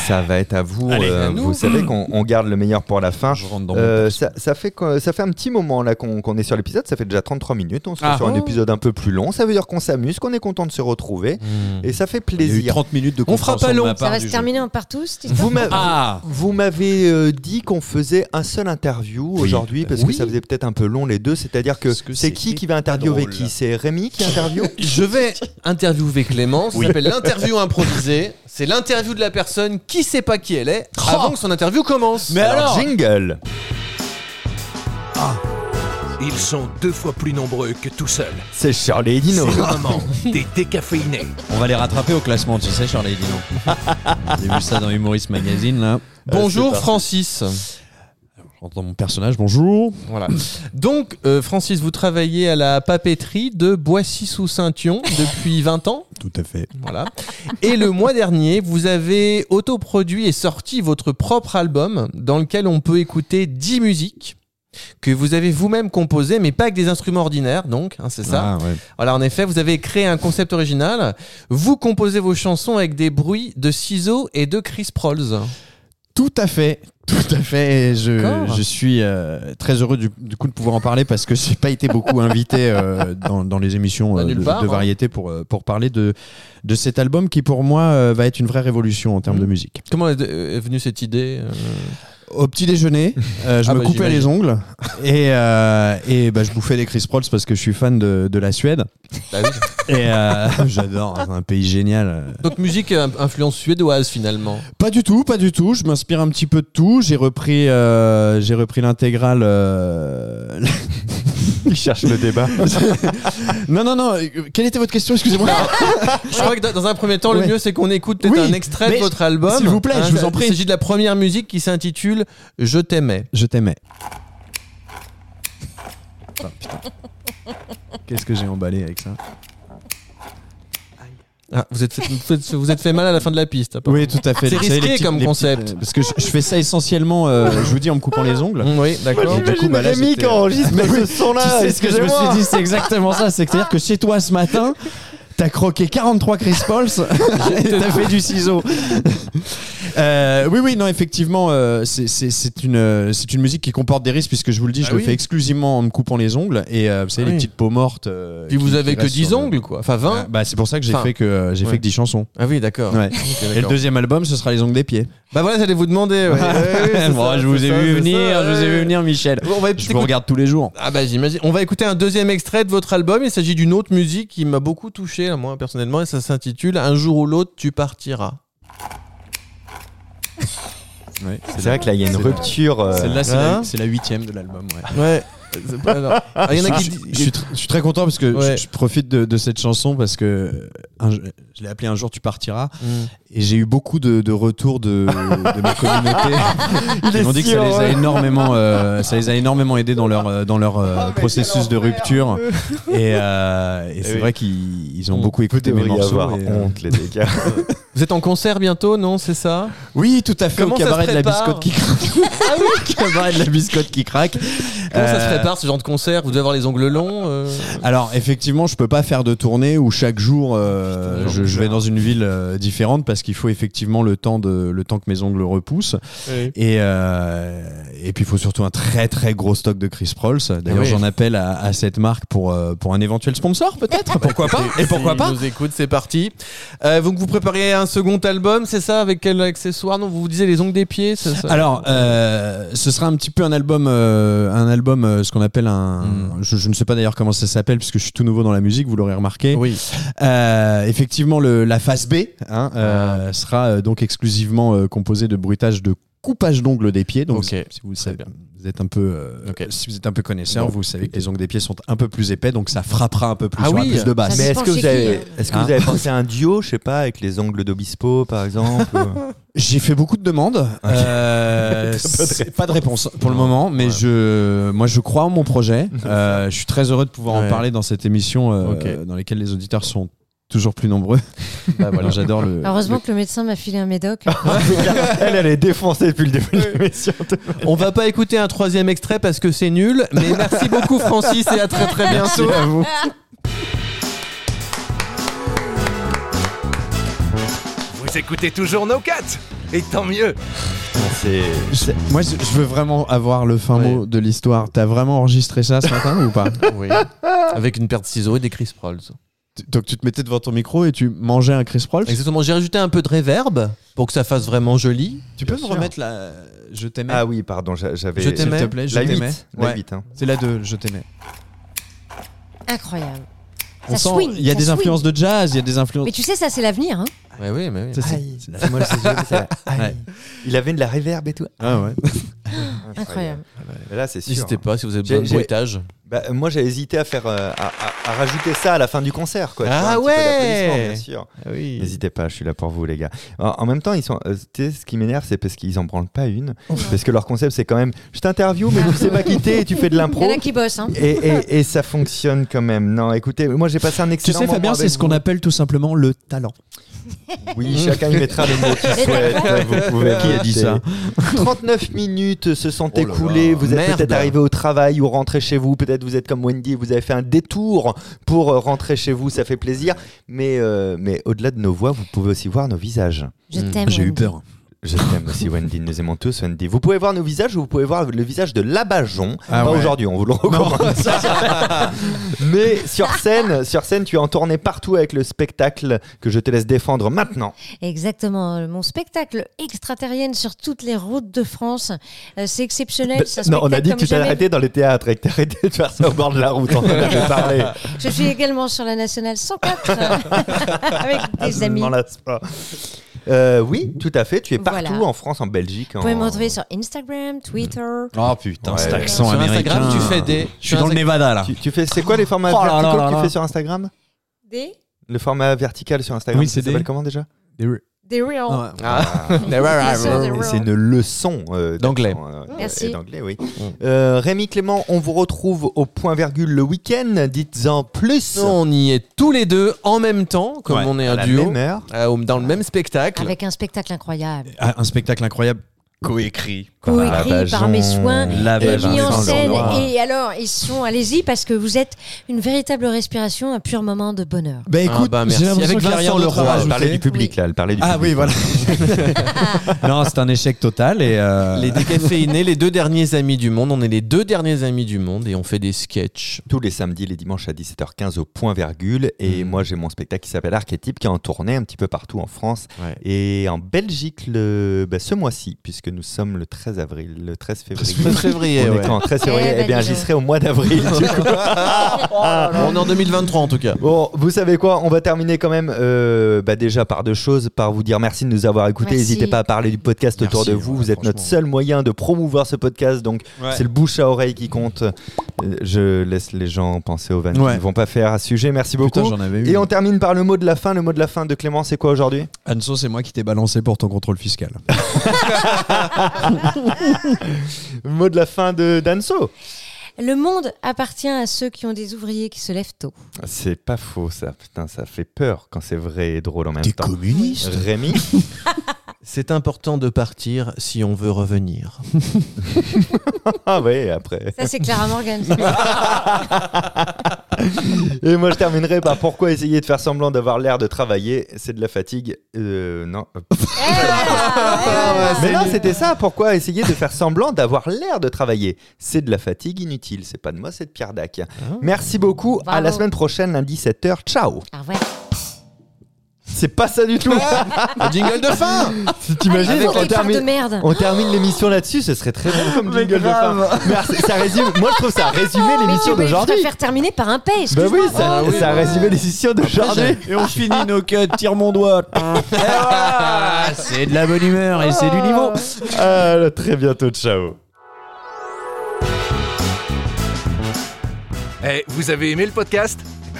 [SPEAKER 2] Ça va être à vous.
[SPEAKER 5] Allez,
[SPEAKER 2] euh,
[SPEAKER 5] à nous.
[SPEAKER 2] vous savez qu'on on garde le meilleur pour la fin.
[SPEAKER 5] Je rentre dans mon
[SPEAKER 2] Euh, ça, ça fait, quoi- ça fait un petit moment là qu'on qu'on est sur l'épisode, ça fait déjà 33 minutes, on se retrouve
[SPEAKER 5] Ah.
[SPEAKER 2] sur un
[SPEAKER 5] Oh.
[SPEAKER 2] épisode un peu plus long, ça veut dire qu'on s'amuse, qu'on est content de se retrouver,
[SPEAKER 4] Hmm.
[SPEAKER 2] et ça fait
[SPEAKER 5] Il y a eu
[SPEAKER 2] plaisir.
[SPEAKER 5] 30 minutes de
[SPEAKER 4] On fera
[SPEAKER 5] compréhension
[SPEAKER 4] pas
[SPEAKER 5] de
[SPEAKER 4] long.
[SPEAKER 5] ma
[SPEAKER 3] Ça
[SPEAKER 5] part
[SPEAKER 3] va
[SPEAKER 5] du
[SPEAKER 3] se
[SPEAKER 5] jeu.
[SPEAKER 3] terminer en partout, cette histoire
[SPEAKER 2] Vous m'avez
[SPEAKER 5] Ah
[SPEAKER 2] vous m'avez, euh, dit qu'on faisait un seul interview
[SPEAKER 5] Oui.
[SPEAKER 2] aujourd'hui, parce que
[SPEAKER 5] Oui.
[SPEAKER 2] ça faisait peut-être un peu long les deux, c'est-à-dire que
[SPEAKER 5] Parce que
[SPEAKER 2] c'est
[SPEAKER 5] c'était
[SPEAKER 2] qui qui va
[SPEAKER 5] pas
[SPEAKER 2] interviewer
[SPEAKER 5] drôle.
[SPEAKER 2] qui C'est Rémi qui interviewe
[SPEAKER 4] Je vais interviewer Clément, ça
[SPEAKER 2] Oui.
[SPEAKER 4] s'appelle l'interview improvisée. C'est l'interview de la personne qui sait pas qui elle est avant que son interview commence.
[SPEAKER 5] Mais alors
[SPEAKER 2] Jingle
[SPEAKER 6] Ils sont deux fois plus nombreux que tout seul.
[SPEAKER 2] C'est Charlie et Dino
[SPEAKER 6] C'est le moment des décaféinés.
[SPEAKER 5] On va les rattraper au classement, tu sais, Charlie Dino. Euh,
[SPEAKER 4] Euh,
[SPEAKER 5] J'ai vu ça dans Humorist Magazine, là.
[SPEAKER 4] Bonjour Francis.
[SPEAKER 5] J'entends mon personnage, bonjour.
[SPEAKER 4] Voilà. Donc, euh, Francis, vous travaillez à la papeterie de Boissy-sous-Saintion depuis 20 ans.
[SPEAKER 5] Tout à fait.
[SPEAKER 4] Voilà. Et le mois dernier, vous avez autoproduit et sorti votre propre album dans lequel on peut écouter 10 musiques que vous avez vous-même composées, mais pas avec des instruments ordinaires, donc, hein, c'est ça.
[SPEAKER 5] Ah, ouais.
[SPEAKER 4] Voilà, en effet, vous avez créé un concept original. Vous composez vos chansons avec des bruits de ciseaux et de Chris Prolls.
[SPEAKER 5] Tout à fait, tout à fait. Et Je,
[SPEAKER 4] D'accord.
[SPEAKER 5] je suis euh, très heureux du, du coup de pouvoir en parler parce que j'ai pas été beaucoup invité euh, dans, dans les émissions
[SPEAKER 4] Bah,
[SPEAKER 5] euh, de,
[SPEAKER 4] nulle part,
[SPEAKER 5] de
[SPEAKER 4] hein.
[SPEAKER 5] variété pour, euh, pour parler de, de cet album qui pour moi euh, va être une vraie révolution en termes de musique.
[SPEAKER 4] Comment est est venue cette idée euh
[SPEAKER 5] Au petit déjeuner, euh, je
[SPEAKER 4] Ah
[SPEAKER 5] me
[SPEAKER 4] bah,
[SPEAKER 5] coupais les ongles et, euh, et bah, je bouffais des Chris Prolls parce que je suis fan de, de la Suède.
[SPEAKER 4] Bah oui.
[SPEAKER 5] Et euh, j'adore, c'est un pays génial.
[SPEAKER 4] Donc musique euh, influence suédoise finalement.
[SPEAKER 5] Pas du tout, pas du tout. Je m'inspire un petit peu de tout. J'ai repris, euh, j'ai repris l'intégrale. euh,
[SPEAKER 2] Il cherche le débat.
[SPEAKER 5] non, non, non. euh, Quelle était votre question Excusez-moi.
[SPEAKER 4] Je crois que dans- dans un premier temps, le
[SPEAKER 5] Ouais.
[SPEAKER 4] mieux c'est qu'on écoute peut-être
[SPEAKER 5] Oui,
[SPEAKER 4] un extrait de
[SPEAKER 5] mais
[SPEAKER 4] votre album. Hein,
[SPEAKER 5] s'il vous plaît, je vous en prie.
[SPEAKER 4] Il s'agit de la première musique qui s'intitule Je t'aimais.
[SPEAKER 5] Je t'aimais. Ah, putain. Qu'est-ce que j'ai emballé avec ça
[SPEAKER 4] Ah, vous êtes vous êtes- vous êtes fait mal à la fin de la piste. hein, apparemment.
[SPEAKER 5] Oui, tout à fait.
[SPEAKER 4] C'est
[SPEAKER 5] Vous savez,
[SPEAKER 4] risqué
[SPEAKER 5] les petites-
[SPEAKER 4] comme
[SPEAKER 5] les petites,
[SPEAKER 4] concept.
[SPEAKER 5] euh, parce que je, je fais ça essentiellement, euh, je vous dis, en me coupant les ongles.
[SPEAKER 4] Mm, Oui, d'accord.
[SPEAKER 5] j'imagine Du coup, bah là,
[SPEAKER 2] Rémi
[SPEAKER 5] c'était-
[SPEAKER 2] qui enregistre ce son-là.
[SPEAKER 5] tu sais ce que je me
[SPEAKER 2] excusez-moi.
[SPEAKER 5] suis dit, c'est exactement ça. C'est-à-dire que chez toi ce matin, t'as croqué 43 Chris Pauls et t'as fait du ciseau. Euh, oui, oui, non, effectivement, euh, c'est- c'est c'est une, euh, c'est une musique qui comporte des risques puisque je vous le dis, je
[SPEAKER 4] Ah
[SPEAKER 5] le
[SPEAKER 4] oui.
[SPEAKER 5] fais exclusivement en me coupant les ongles et euh, vous savez,
[SPEAKER 4] Ah oui.
[SPEAKER 5] les petites peaux mortes. euh,
[SPEAKER 4] Puis
[SPEAKER 5] qui-
[SPEAKER 4] vous
[SPEAKER 5] qui
[SPEAKER 4] avez que
[SPEAKER 5] restent
[SPEAKER 4] 10
[SPEAKER 5] sur le-
[SPEAKER 4] ongles quoi. Enfin 20.
[SPEAKER 5] Bah, c'est pour ça que j'ai
[SPEAKER 4] Enfin,
[SPEAKER 5] fait que euh, j'ai
[SPEAKER 4] ouais.
[SPEAKER 5] fait que 10 chansons.
[SPEAKER 4] Ah oui, d'accord.
[SPEAKER 5] Ouais.
[SPEAKER 4] Ok,
[SPEAKER 5] Et le
[SPEAKER 4] d'accord.
[SPEAKER 5] deuxième album, ce sera les ongles des pieds.
[SPEAKER 4] Bah voilà, j'allais vous demander. ouais. Ouais, ouais,
[SPEAKER 5] Bon,
[SPEAKER 4] c'est ça,
[SPEAKER 5] je vous
[SPEAKER 4] c'est
[SPEAKER 5] ai
[SPEAKER 4] ça,
[SPEAKER 5] vu
[SPEAKER 4] c'est
[SPEAKER 5] venir,
[SPEAKER 4] ça,
[SPEAKER 5] je vous ai
[SPEAKER 4] ouais.
[SPEAKER 5] vu venir, Michel.
[SPEAKER 4] Bon, on va
[SPEAKER 5] Je
[SPEAKER 4] écouter-
[SPEAKER 5] vous regarde tous les jours.
[SPEAKER 4] Ah bah j'imagine. On va écouter un deuxième extrait de votre album. Il s'agit d'une autre musique qui m'a beaucoup touché, à moi personnellement, et ça s'intitule Un jour ou l'autre, tu partiras.
[SPEAKER 2] C'est vrai que là, il y a une
[SPEAKER 5] C'est-
[SPEAKER 2] rupture. euh,
[SPEAKER 5] Celle-là, c'est
[SPEAKER 4] Hein
[SPEAKER 5] la- c'est la huitième de l'album. ouais.
[SPEAKER 4] Ouais. C'est pas- alors. Ah, il y en a qui
[SPEAKER 5] je,
[SPEAKER 4] disent-
[SPEAKER 5] je suis tr- je suis très content parce que je-
[SPEAKER 4] Ouais.
[SPEAKER 5] je, profite de, de cette chanson parce que euh, un- je l'ai appelée Un jour tu partiras
[SPEAKER 4] Mm.
[SPEAKER 5] et j'ai eu beaucoup de, de retours de, de ma communauté. Ils m'ont dit que ça
[SPEAKER 2] sûr,
[SPEAKER 5] les a
[SPEAKER 2] ouais.
[SPEAKER 5] énormément, euh, ça les a énormément aidés dans leur euh, dans leur euh,
[SPEAKER 4] Ah,
[SPEAKER 5] processus de rupture et, euh,
[SPEAKER 4] Eh
[SPEAKER 5] et c'est
[SPEAKER 2] oui.
[SPEAKER 5] vrai qu'ils ils ont
[SPEAKER 4] Vous
[SPEAKER 5] beaucoup écouté mes
[SPEAKER 2] devriez
[SPEAKER 5] morceaux.
[SPEAKER 2] avoir
[SPEAKER 5] et, euh,
[SPEAKER 2] honte, les dégâts.
[SPEAKER 4] Vous êtes en concert bientôt, non C'est ça
[SPEAKER 5] Oui, tout à fait.
[SPEAKER 4] Comment
[SPEAKER 5] au
[SPEAKER 4] ça se
[SPEAKER 5] cabaret de la biscotte
[SPEAKER 4] prépare
[SPEAKER 5] qui craque. ah oui, cabaret de la biscotte qui craque.
[SPEAKER 4] Comment ça se
[SPEAKER 5] Euh,
[SPEAKER 4] prépare ce genre de concert Vous devez avoir les ongles longs euh,
[SPEAKER 5] Alors effectivement, je peux pas faire de tournée où chaque jour euh,
[SPEAKER 4] Putain,
[SPEAKER 5] je, je
[SPEAKER 4] j'en ai
[SPEAKER 5] vais
[SPEAKER 4] marre.
[SPEAKER 5] dans une ville euh, différente parce qu'il faut effectivement le temps de le temps que mes ongles repoussent et euh, et puis il faut surtout un très très gros stock de Chris Prolls. D'ailleurs,
[SPEAKER 4] Ah oui.
[SPEAKER 5] j'en appelle à, à cette marque pour euh, pour un éventuel sponsor peut-être. pourquoi pas Et pourquoi
[SPEAKER 4] S'il
[SPEAKER 5] pas
[SPEAKER 4] nous écoute, c'est parti. Euh, donc vous préparez un second album, c'est ça Avec quel accessoire Non, vous vous disiez les ongles des pieds c'est ça
[SPEAKER 5] Alors, euh, ce sera un petit peu un album, euh, un album, euh, ce qu'on appelle un.
[SPEAKER 4] Mm.
[SPEAKER 5] Je, je ne sais pas d'ailleurs comment ça s'appelle puisque je suis tout nouveau dans la musique, vous l'aurez remarqué.
[SPEAKER 4] Oui.
[SPEAKER 5] Euh, effectivement, le, la phase B hein, euh,
[SPEAKER 4] Ah.
[SPEAKER 5] sera euh, donc exclusivement euh, composée de bruitage de coupage d'ongles des pieds. Donc,
[SPEAKER 4] Ok.
[SPEAKER 5] si vous, le savez,
[SPEAKER 4] bien.
[SPEAKER 5] vous êtes un peu, euh,
[SPEAKER 4] Ok.
[SPEAKER 5] si vous êtes un peu connaisseur,
[SPEAKER 4] Bon.
[SPEAKER 5] vous savez que les ongles des pieds sont un peu plus épais, donc ça frappera un peu plus,
[SPEAKER 4] Ah
[SPEAKER 5] il y aura
[SPEAKER 4] oui.
[SPEAKER 5] plus de
[SPEAKER 3] Ça,
[SPEAKER 5] basse.
[SPEAKER 2] Mais est-ce que,
[SPEAKER 3] pensé
[SPEAKER 2] vous avez,
[SPEAKER 3] qu'il-
[SPEAKER 2] est-ce que vous avez pensé à un duo, je sais pas, avec les ongles d'Obispo, par exemple ou-
[SPEAKER 5] J'ai fait beaucoup de demandes. Euh, c'est- pas de réponse pour le moment, mais je, moi, je crois en mon projet. Euh, je suis très heureux de pouvoir
[SPEAKER 4] Ouais.
[SPEAKER 5] en parler dans cette émission euh,
[SPEAKER 4] Ok.
[SPEAKER 5] dans laquelle les auditeurs sont toujours plus nombreux. Alors, J'adore le.
[SPEAKER 3] Heureusement que le médecin m'a filé un médoc.
[SPEAKER 2] Elle, elle est défoncée depuis le début de l'émission.
[SPEAKER 4] On va pas écouter un troisième extrait parce que c'est nul, mais merci beaucoup Francis et à très très bientôt.
[SPEAKER 5] à vous.
[SPEAKER 1] Vous écoutez toujours No Cut Et tant mieux
[SPEAKER 2] C'est
[SPEAKER 5] Je- Moi, je, je veux vraiment avoir le fin
[SPEAKER 4] Ouais.
[SPEAKER 5] mot de l'histoire. T'as vraiment enregistré ça ce matin ou pas
[SPEAKER 4] Oui. Avec une paire de ciseaux et des Chris Prolls.
[SPEAKER 5] Tu- Donc, tu te mettais devant ton micro et tu mangeais un Chris Prolls
[SPEAKER 4] Exactement, j'ai rajouté un peu de réverb pour que ça fasse vraiment joli.
[SPEAKER 5] Tu peux
[SPEAKER 2] Bien
[SPEAKER 5] me
[SPEAKER 2] sûr.
[SPEAKER 5] remettre la. Je t'aimais.
[SPEAKER 2] Ah oui, pardon, j'a- j'avais.
[SPEAKER 4] Je
[SPEAKER 5] S'il
[SPEAKER 4] t'aimais.
[SPEAKER 5] te plaît, je
[SPEAKER 2] La
[SPEAKER 5] t'aimais.
[SPEAKER 2] 8.
[SPEAKER 5] Ouais.
[SPEAKER 2] La 8 hein.
[SPEAKER 5] C'est la 2, je t'aimais.
[SPEAKER 3] Incroyable.
[SPEAKER 5] On
[SPEAKER 3] Ça
[SPEAKER 5] sent,
[SPEAKER 3] swing,
[SPEAKER 5] il y a
[SPEAKER 3] ça
[SPEAKER 5] des
[SPEAKER 3] swing.
[SPEAKER 5] influences de jazz, il y a des influences.
[SPEAKER 3] Mais tu sais, ça, c'est l'avenir. Hein
[SPEAKER 4] Ah, Ouais, oui, mais oui.
[SPEAKER 5] Ça, c'est-
[SPEAKER 2] Aïe, c'est moi le sujet, mais ça- aïe. Il avait de la réverb et tout.
[SPEAKER 5] Ah ouais.
[SPEAKER 3] Incroyable.
[SPEAKER 2] Mais Là, c'est sûr.
[SPEAKER 4] N'hésitez pas si vous avez
[SPEAKER 2] J'ai-
[SPEAKER 4] besoin de
[SPEAKER 2] j'ai-
[SPEAKER 4] bruitage.
[SPEAKER 2] Bah, euh, moi, j'ai hésité à faire, euh, à, à- à rajouter ça à la fin du concert, quoi. tu vois, un
[SPEAKER 4] Ah
[SPEAKER 2] petit peu
[SPEAKER 4] ouais
[SPEAKER 2] d'applaudissements, bien sûr.
[SPEAKER 5] Ah
[SPEAKER 4] Oui.
[SPEAKER 2] N'hésitez pas, je suis là pour vous, les gars. En, en même temps, ils sont. euh, tu sais, ce qui m'énerve, c'est parce qu'ils en branlent pas une, parce que leur concept, c'est quand même, je t'interview, mais tu sais pas quitter et tu fais de
[SPEAKER 3] Il y
[SPEAKER 2] l'impro.
[SPEAKER 3] en a qui bossent. Hein.
[SPEAKER 2] Et, et- et ça fonctionne quand même. Non, écoutez, moi j'ai passé un
[SPEAKER 5] Tu
[SPEAKER 2] excellent
[SPEAKER 5] sais,
[SPEAKER 2] moment
[SPEAKER 5] Fabien, c'est
[SPEAKER 2] avec
[SPEAKER 5] ce qu'on
[SPEAKER 2] vous.
[SPEAKER 5] appelle tout simplement le talent.
[SPEAKER 2] Oui, chacun y mettra le mot qu'il souhaite. Vous pouvez
[SPEAKER 5] Qui a dit ça
[SPEAKER 2] 39 minutes se sont
[SPEAKER 4] Oh là là,
[SPEAKER 2] écoulées. Vous êtes
[SPEAKER 4] merde.
[SPEAKER 2] peut-être arrivé au travail ou rentré chez vous. Peut-être vous êtes comme Wendy, vous avez fait un détour pour euh, rentrer chez vous. Ça fait plaisir. Mais, euh, mais au-delà de nos voix, vous pouvez aussi voir nos visages.
[SPEAKER 3] Je
[SPEAKER 4] Mm.
[SPEAKER 5] Ah,
[SPEAKER 3] t'aime. Wendy.
[SPEAKER 2] Je t'aime aussi Wendy, nous aimons tous Wendy. Vous pouvez voir nos visages ou vous pouvez voir le visage de Labajon.
[SPEAKER 5] Ah
[SPEAKER 2] pas
[SPEAKER 5] ouais.
[SPEAKER 2] aujourd'hui, on vous le recommande. Mais sur scène, sur scène, tu es en tournée partout avec le spectacle que je te laisse défendre maintenant.
[SPEAKER 3] Exactement. euh, Mon spectacle extraterrienne sur toutes les routes de France. Euh, c'est exceptionnel. ça
[SPEAKER 2] Bah, non, on a dit que tu t'es arrêté dans les théâtres et que t'as arrêté de faire ça au bord de la route. On en avait parlé.
[SPEAKER 3] Je suis également sur la nationale 104 avec des
[SPEAKER 2] Je
[SPEAKER 3] amis.
[SPEAKER 2] m'en lasse pas. Euh, oui, tout à fait. Tu es partout
[SPEAKER 3] Voilà.
[SPEAKER 2] en France, en Belgique.
[SPEAKER 3] Vous
[SPEAKER 2] En...
[SPEAKER 3] pouvez me retrouver sur Instagram, Twitter.
[SPEAKER 2] Mm.
[SPEAKER 5] Oh putain,
[SPEAKER 2] Ouais.
[SPEAKER 5] cet accent
[SPEAKER 4] Sur
[SPEAKER 5] américain.
[SPEAKER 4] Instagram, tu fais des.
[SPEAKER 5] Je suis dans le
[SPEAKER 4] Insta-
[SPEAKER 5] Nevada là.
[SPEAKER 2] Tu, tu fais, c'est quoi les formats
[SPEAKER 5] Oh là
[SPEAKER 2] verticaux
[SPEAKER 5] là
[SPEAKER 2] que
[SPEAKER 5] là
[SPEAKER 2] tu fais
[SPEAKER 5] là.
[SPEAKER 2] sur Instagram
[SPEAKER 3] Des,
[SPEAKER 2] Le format vertical sur Instagram,
[SPEAKER 5] Oui,
[SPEAKER 2] ça
[SPEAKER 5] c'est des-
[SPEAKER 2] s'appelle comment déjà
[SPEAKER 3] des real.
[SPEAKER 4] Ah.
[SPEAKER 2] Et c'est une leçon euh,
[SPEAKER 4] D'anglais.
[SPEAKER 2] d'accent, euh,
[SPEAKER 3] Merci.
[SPEAKER 2] et d'anglais, oui. Euh, Rémi Clément, on vous retrouve au point virgule le week-end. Dites-en plus.
[SPEAKER 4] On y est tous les deux en même temps, comme
[SPEAKER 5] Ouais,
[SPEAKER 4] on est
[SPEAKER 2] à
[SPEAKER 4] un
[SPEAKER 2] la
[SPEAKER 4] duo,
[SPEAKER 2] même heure.
[SPEAKER 4] euh, dans le même spectacle.
[SPEAKER 3] Avec un spectacle incroyable.
[SPEAKER 5] Ah, Un spectacle incroyable, coécrit.
[SPEAKER 3] Coécrit par mes soins.
[SPEAKER 5] La
[SPEAKER 3] Et
[SPEAKER 5] Vajon.
[SPEAKER 3] mis en
[SPEAKER 5] Vincent
[SPEAKER 3] scène,
[SPEAKER 5] Leroy. Bah,
[SPEAKER 3] et alors, ils sont, allez-y, parce que vous êtes une véritable respiration, un pur moment de bonheur.
[SPEAKER 5] Bah
[SPEAKER 4] écoute,
[SPEAKER 5] écoute,
[SPEAKER 4] bah, merci.
[SPEAKER 5] j'ai l'impression
[SPEAKER 4] Avec
[SPEAKER 5] qu'il y a rien
[SPEAKER 4] Vincent
[SPEAKER 5] d'autre à
[SPEAKER 4] Leroy,
[SPEAKER 5] rajouter.
[SPEAKER 2] parlait du public, là. Elle parlait du
[SPEAKER 5] Ah
[SPEAKER 2] public.
[SPEAKER 5] oui, voilà. non, c'est un échec total et euh,
[SPEAKER 4] Les décaféinés, les deux derniers amis du monde. On est les deux derniers amis du monde et on fait des sketchs.
[SPEAKER 2] Tous les samedis, les dimanches à 17h15 au point virgule. Et moi, j'ai mon spectacle qui s'appelle Archétype, qui est en tournée un petit peu partout en France
[SPEAKER 4] Ouais.
[SPEAKER 2] et en Belgique le, bah, ce mois-ci, puisque nous sommes le 13 avril, le 13 février.
[SPEAKER 4] février,
[SPEAKER 2] on
[SPEAKER 4] ouais.
[SPEAKER 2] est quand 13 février
[SPEAKER 3] Eh
[SPEAKER 2] Eh
[SPEAKER 3] ben,
[SPEAKER 2] bien,
[SPEAKER 3] dis
[SPEAKER 2] j'y
[SPEAKER 3] donc.
[SPEAKER 2] serai au mois d'avril. du coup. Ah.
[SPEAKER 4] On est en 2023 en tout cas.
[SPEAKER 2] Bon, vous savez quoi On va terminer quand même euh, bah déjà par deux choses, par vous dire merci de nous avoir écoutés.
[SPEAKER 3] Merci.
[SPEAKER 2] N'hésitez pas à parler du podcast
[SPEAKER 4] Merci,
[SPEAKER 2] autour de vous.
[SPEAKER 4] ouais,
[SPEAKER 2] vous êtes notre
[SPEAKER 4] franchement.
[SPEAKER 2] seul moyen de promouvoir ce podcast, donc c'est le bouche à oreille qui compte. Euh, Je laisse les gens penser aux vannes
[SPEAKER 5] Ouais.
[SPEAKER 2] qu'ils ne vont pas faire à ce sujet. Merci
[SPEAKER 5] putain,
[SPEAKER 2] beaucoup.
[SPEAKER 5] j'en avais eu.
[SPEAKER 2] Et on termine par le mot de la fin. Le mot de la fin de Clément, c'est quoi aujourd'hui
[SPEAKER 5] Anso, c'est moi qui t'ai balancé pour ton contrôle fiscal.
[SPEAKER 2] Le mot de la fin de Danso.
[SPEAKER 3] Le monde appartient à ceux qui ont des ouvriers qui se lèvent tôt.
[SPEAKER 2] C'est pas faux ça. Putain, ça fait peur quand c'est vrai et drôle en même
[SPEAKER 5] T'es
[SPEAKER 2] temps.
[SPEAKER 5] communiste
[SPEAKER 2] Rémi,
[SPEAKER 4] C'est important de partir si on veut revenir.
[SPEAKER 2] ah ouais, après.
[SPEAKER 3] Ça, c'est Clara Morgan.
[SPEAKER 2] Et moi, je terminerai par pourquoi essayer de faire semblant d'avoir l'air de travailler, c'est de la fatigue. Euh, non. Mais non, c'était ça. Pourquoi essayer de faire semblant d'avoir l'air de travailler C'est de la fatigue inutile. C'est pas de moi, c'est de Pierre Dac. Merci beaucoup. À la
[SPEAKER 3] Ah. Bravo.
[SPEAKER 2] semaine prochaine, lundi 7h. Ciao.
[SPEAKER 3] Au revoir.
[SPEAKER 2] C'est pas ça du tout.
[SPEAKER 3] Ah.
[SPEAKER 5] Ah.
[SPEAKER 4] jingle de fin
[SPEAKER 2] T'imagines
[SPEAKER 3] Allez,
[SPEAKER 2] on
[SPEAKER 3] on
[SPEAKER 2] termine-
[SPEAKER 3] de merde.
[SPEAKER 2] On termine l'émission là-dessus, ce serait très bon comme jingle de fin. Merci, ça résume. Moi, je trouve ça résumait
[SPEAKER 3] Oh, Mais tu
[SPEAKER 2] l'émission
[SPEAKER 3] peux- je
[SPEAKER 2] d'aujourd'hui.
[SPEAKER 3] préfère terminer par un paix.
[SPEAKER 2] Bah oui, ça,
[SPEAKER 4] Ah oui,
[SPEAKER 2] ça
[SPEAKER 4] oui.
[SPEAKER 2] résumait l'émission
[SPEAKER 3] Ah, bah,
[SPEAKER 2] d'aujourd'hui.
[SPEAKER 5] Et on finit nos cuts, tire mon doigt. c'est de la bonne humeur et c'est du niveau.
[SPEAKER 2] Euh, À très bientôt, ciao.
[SPEAKER 1] Eh, vous avez aimé le podcast Eh ben,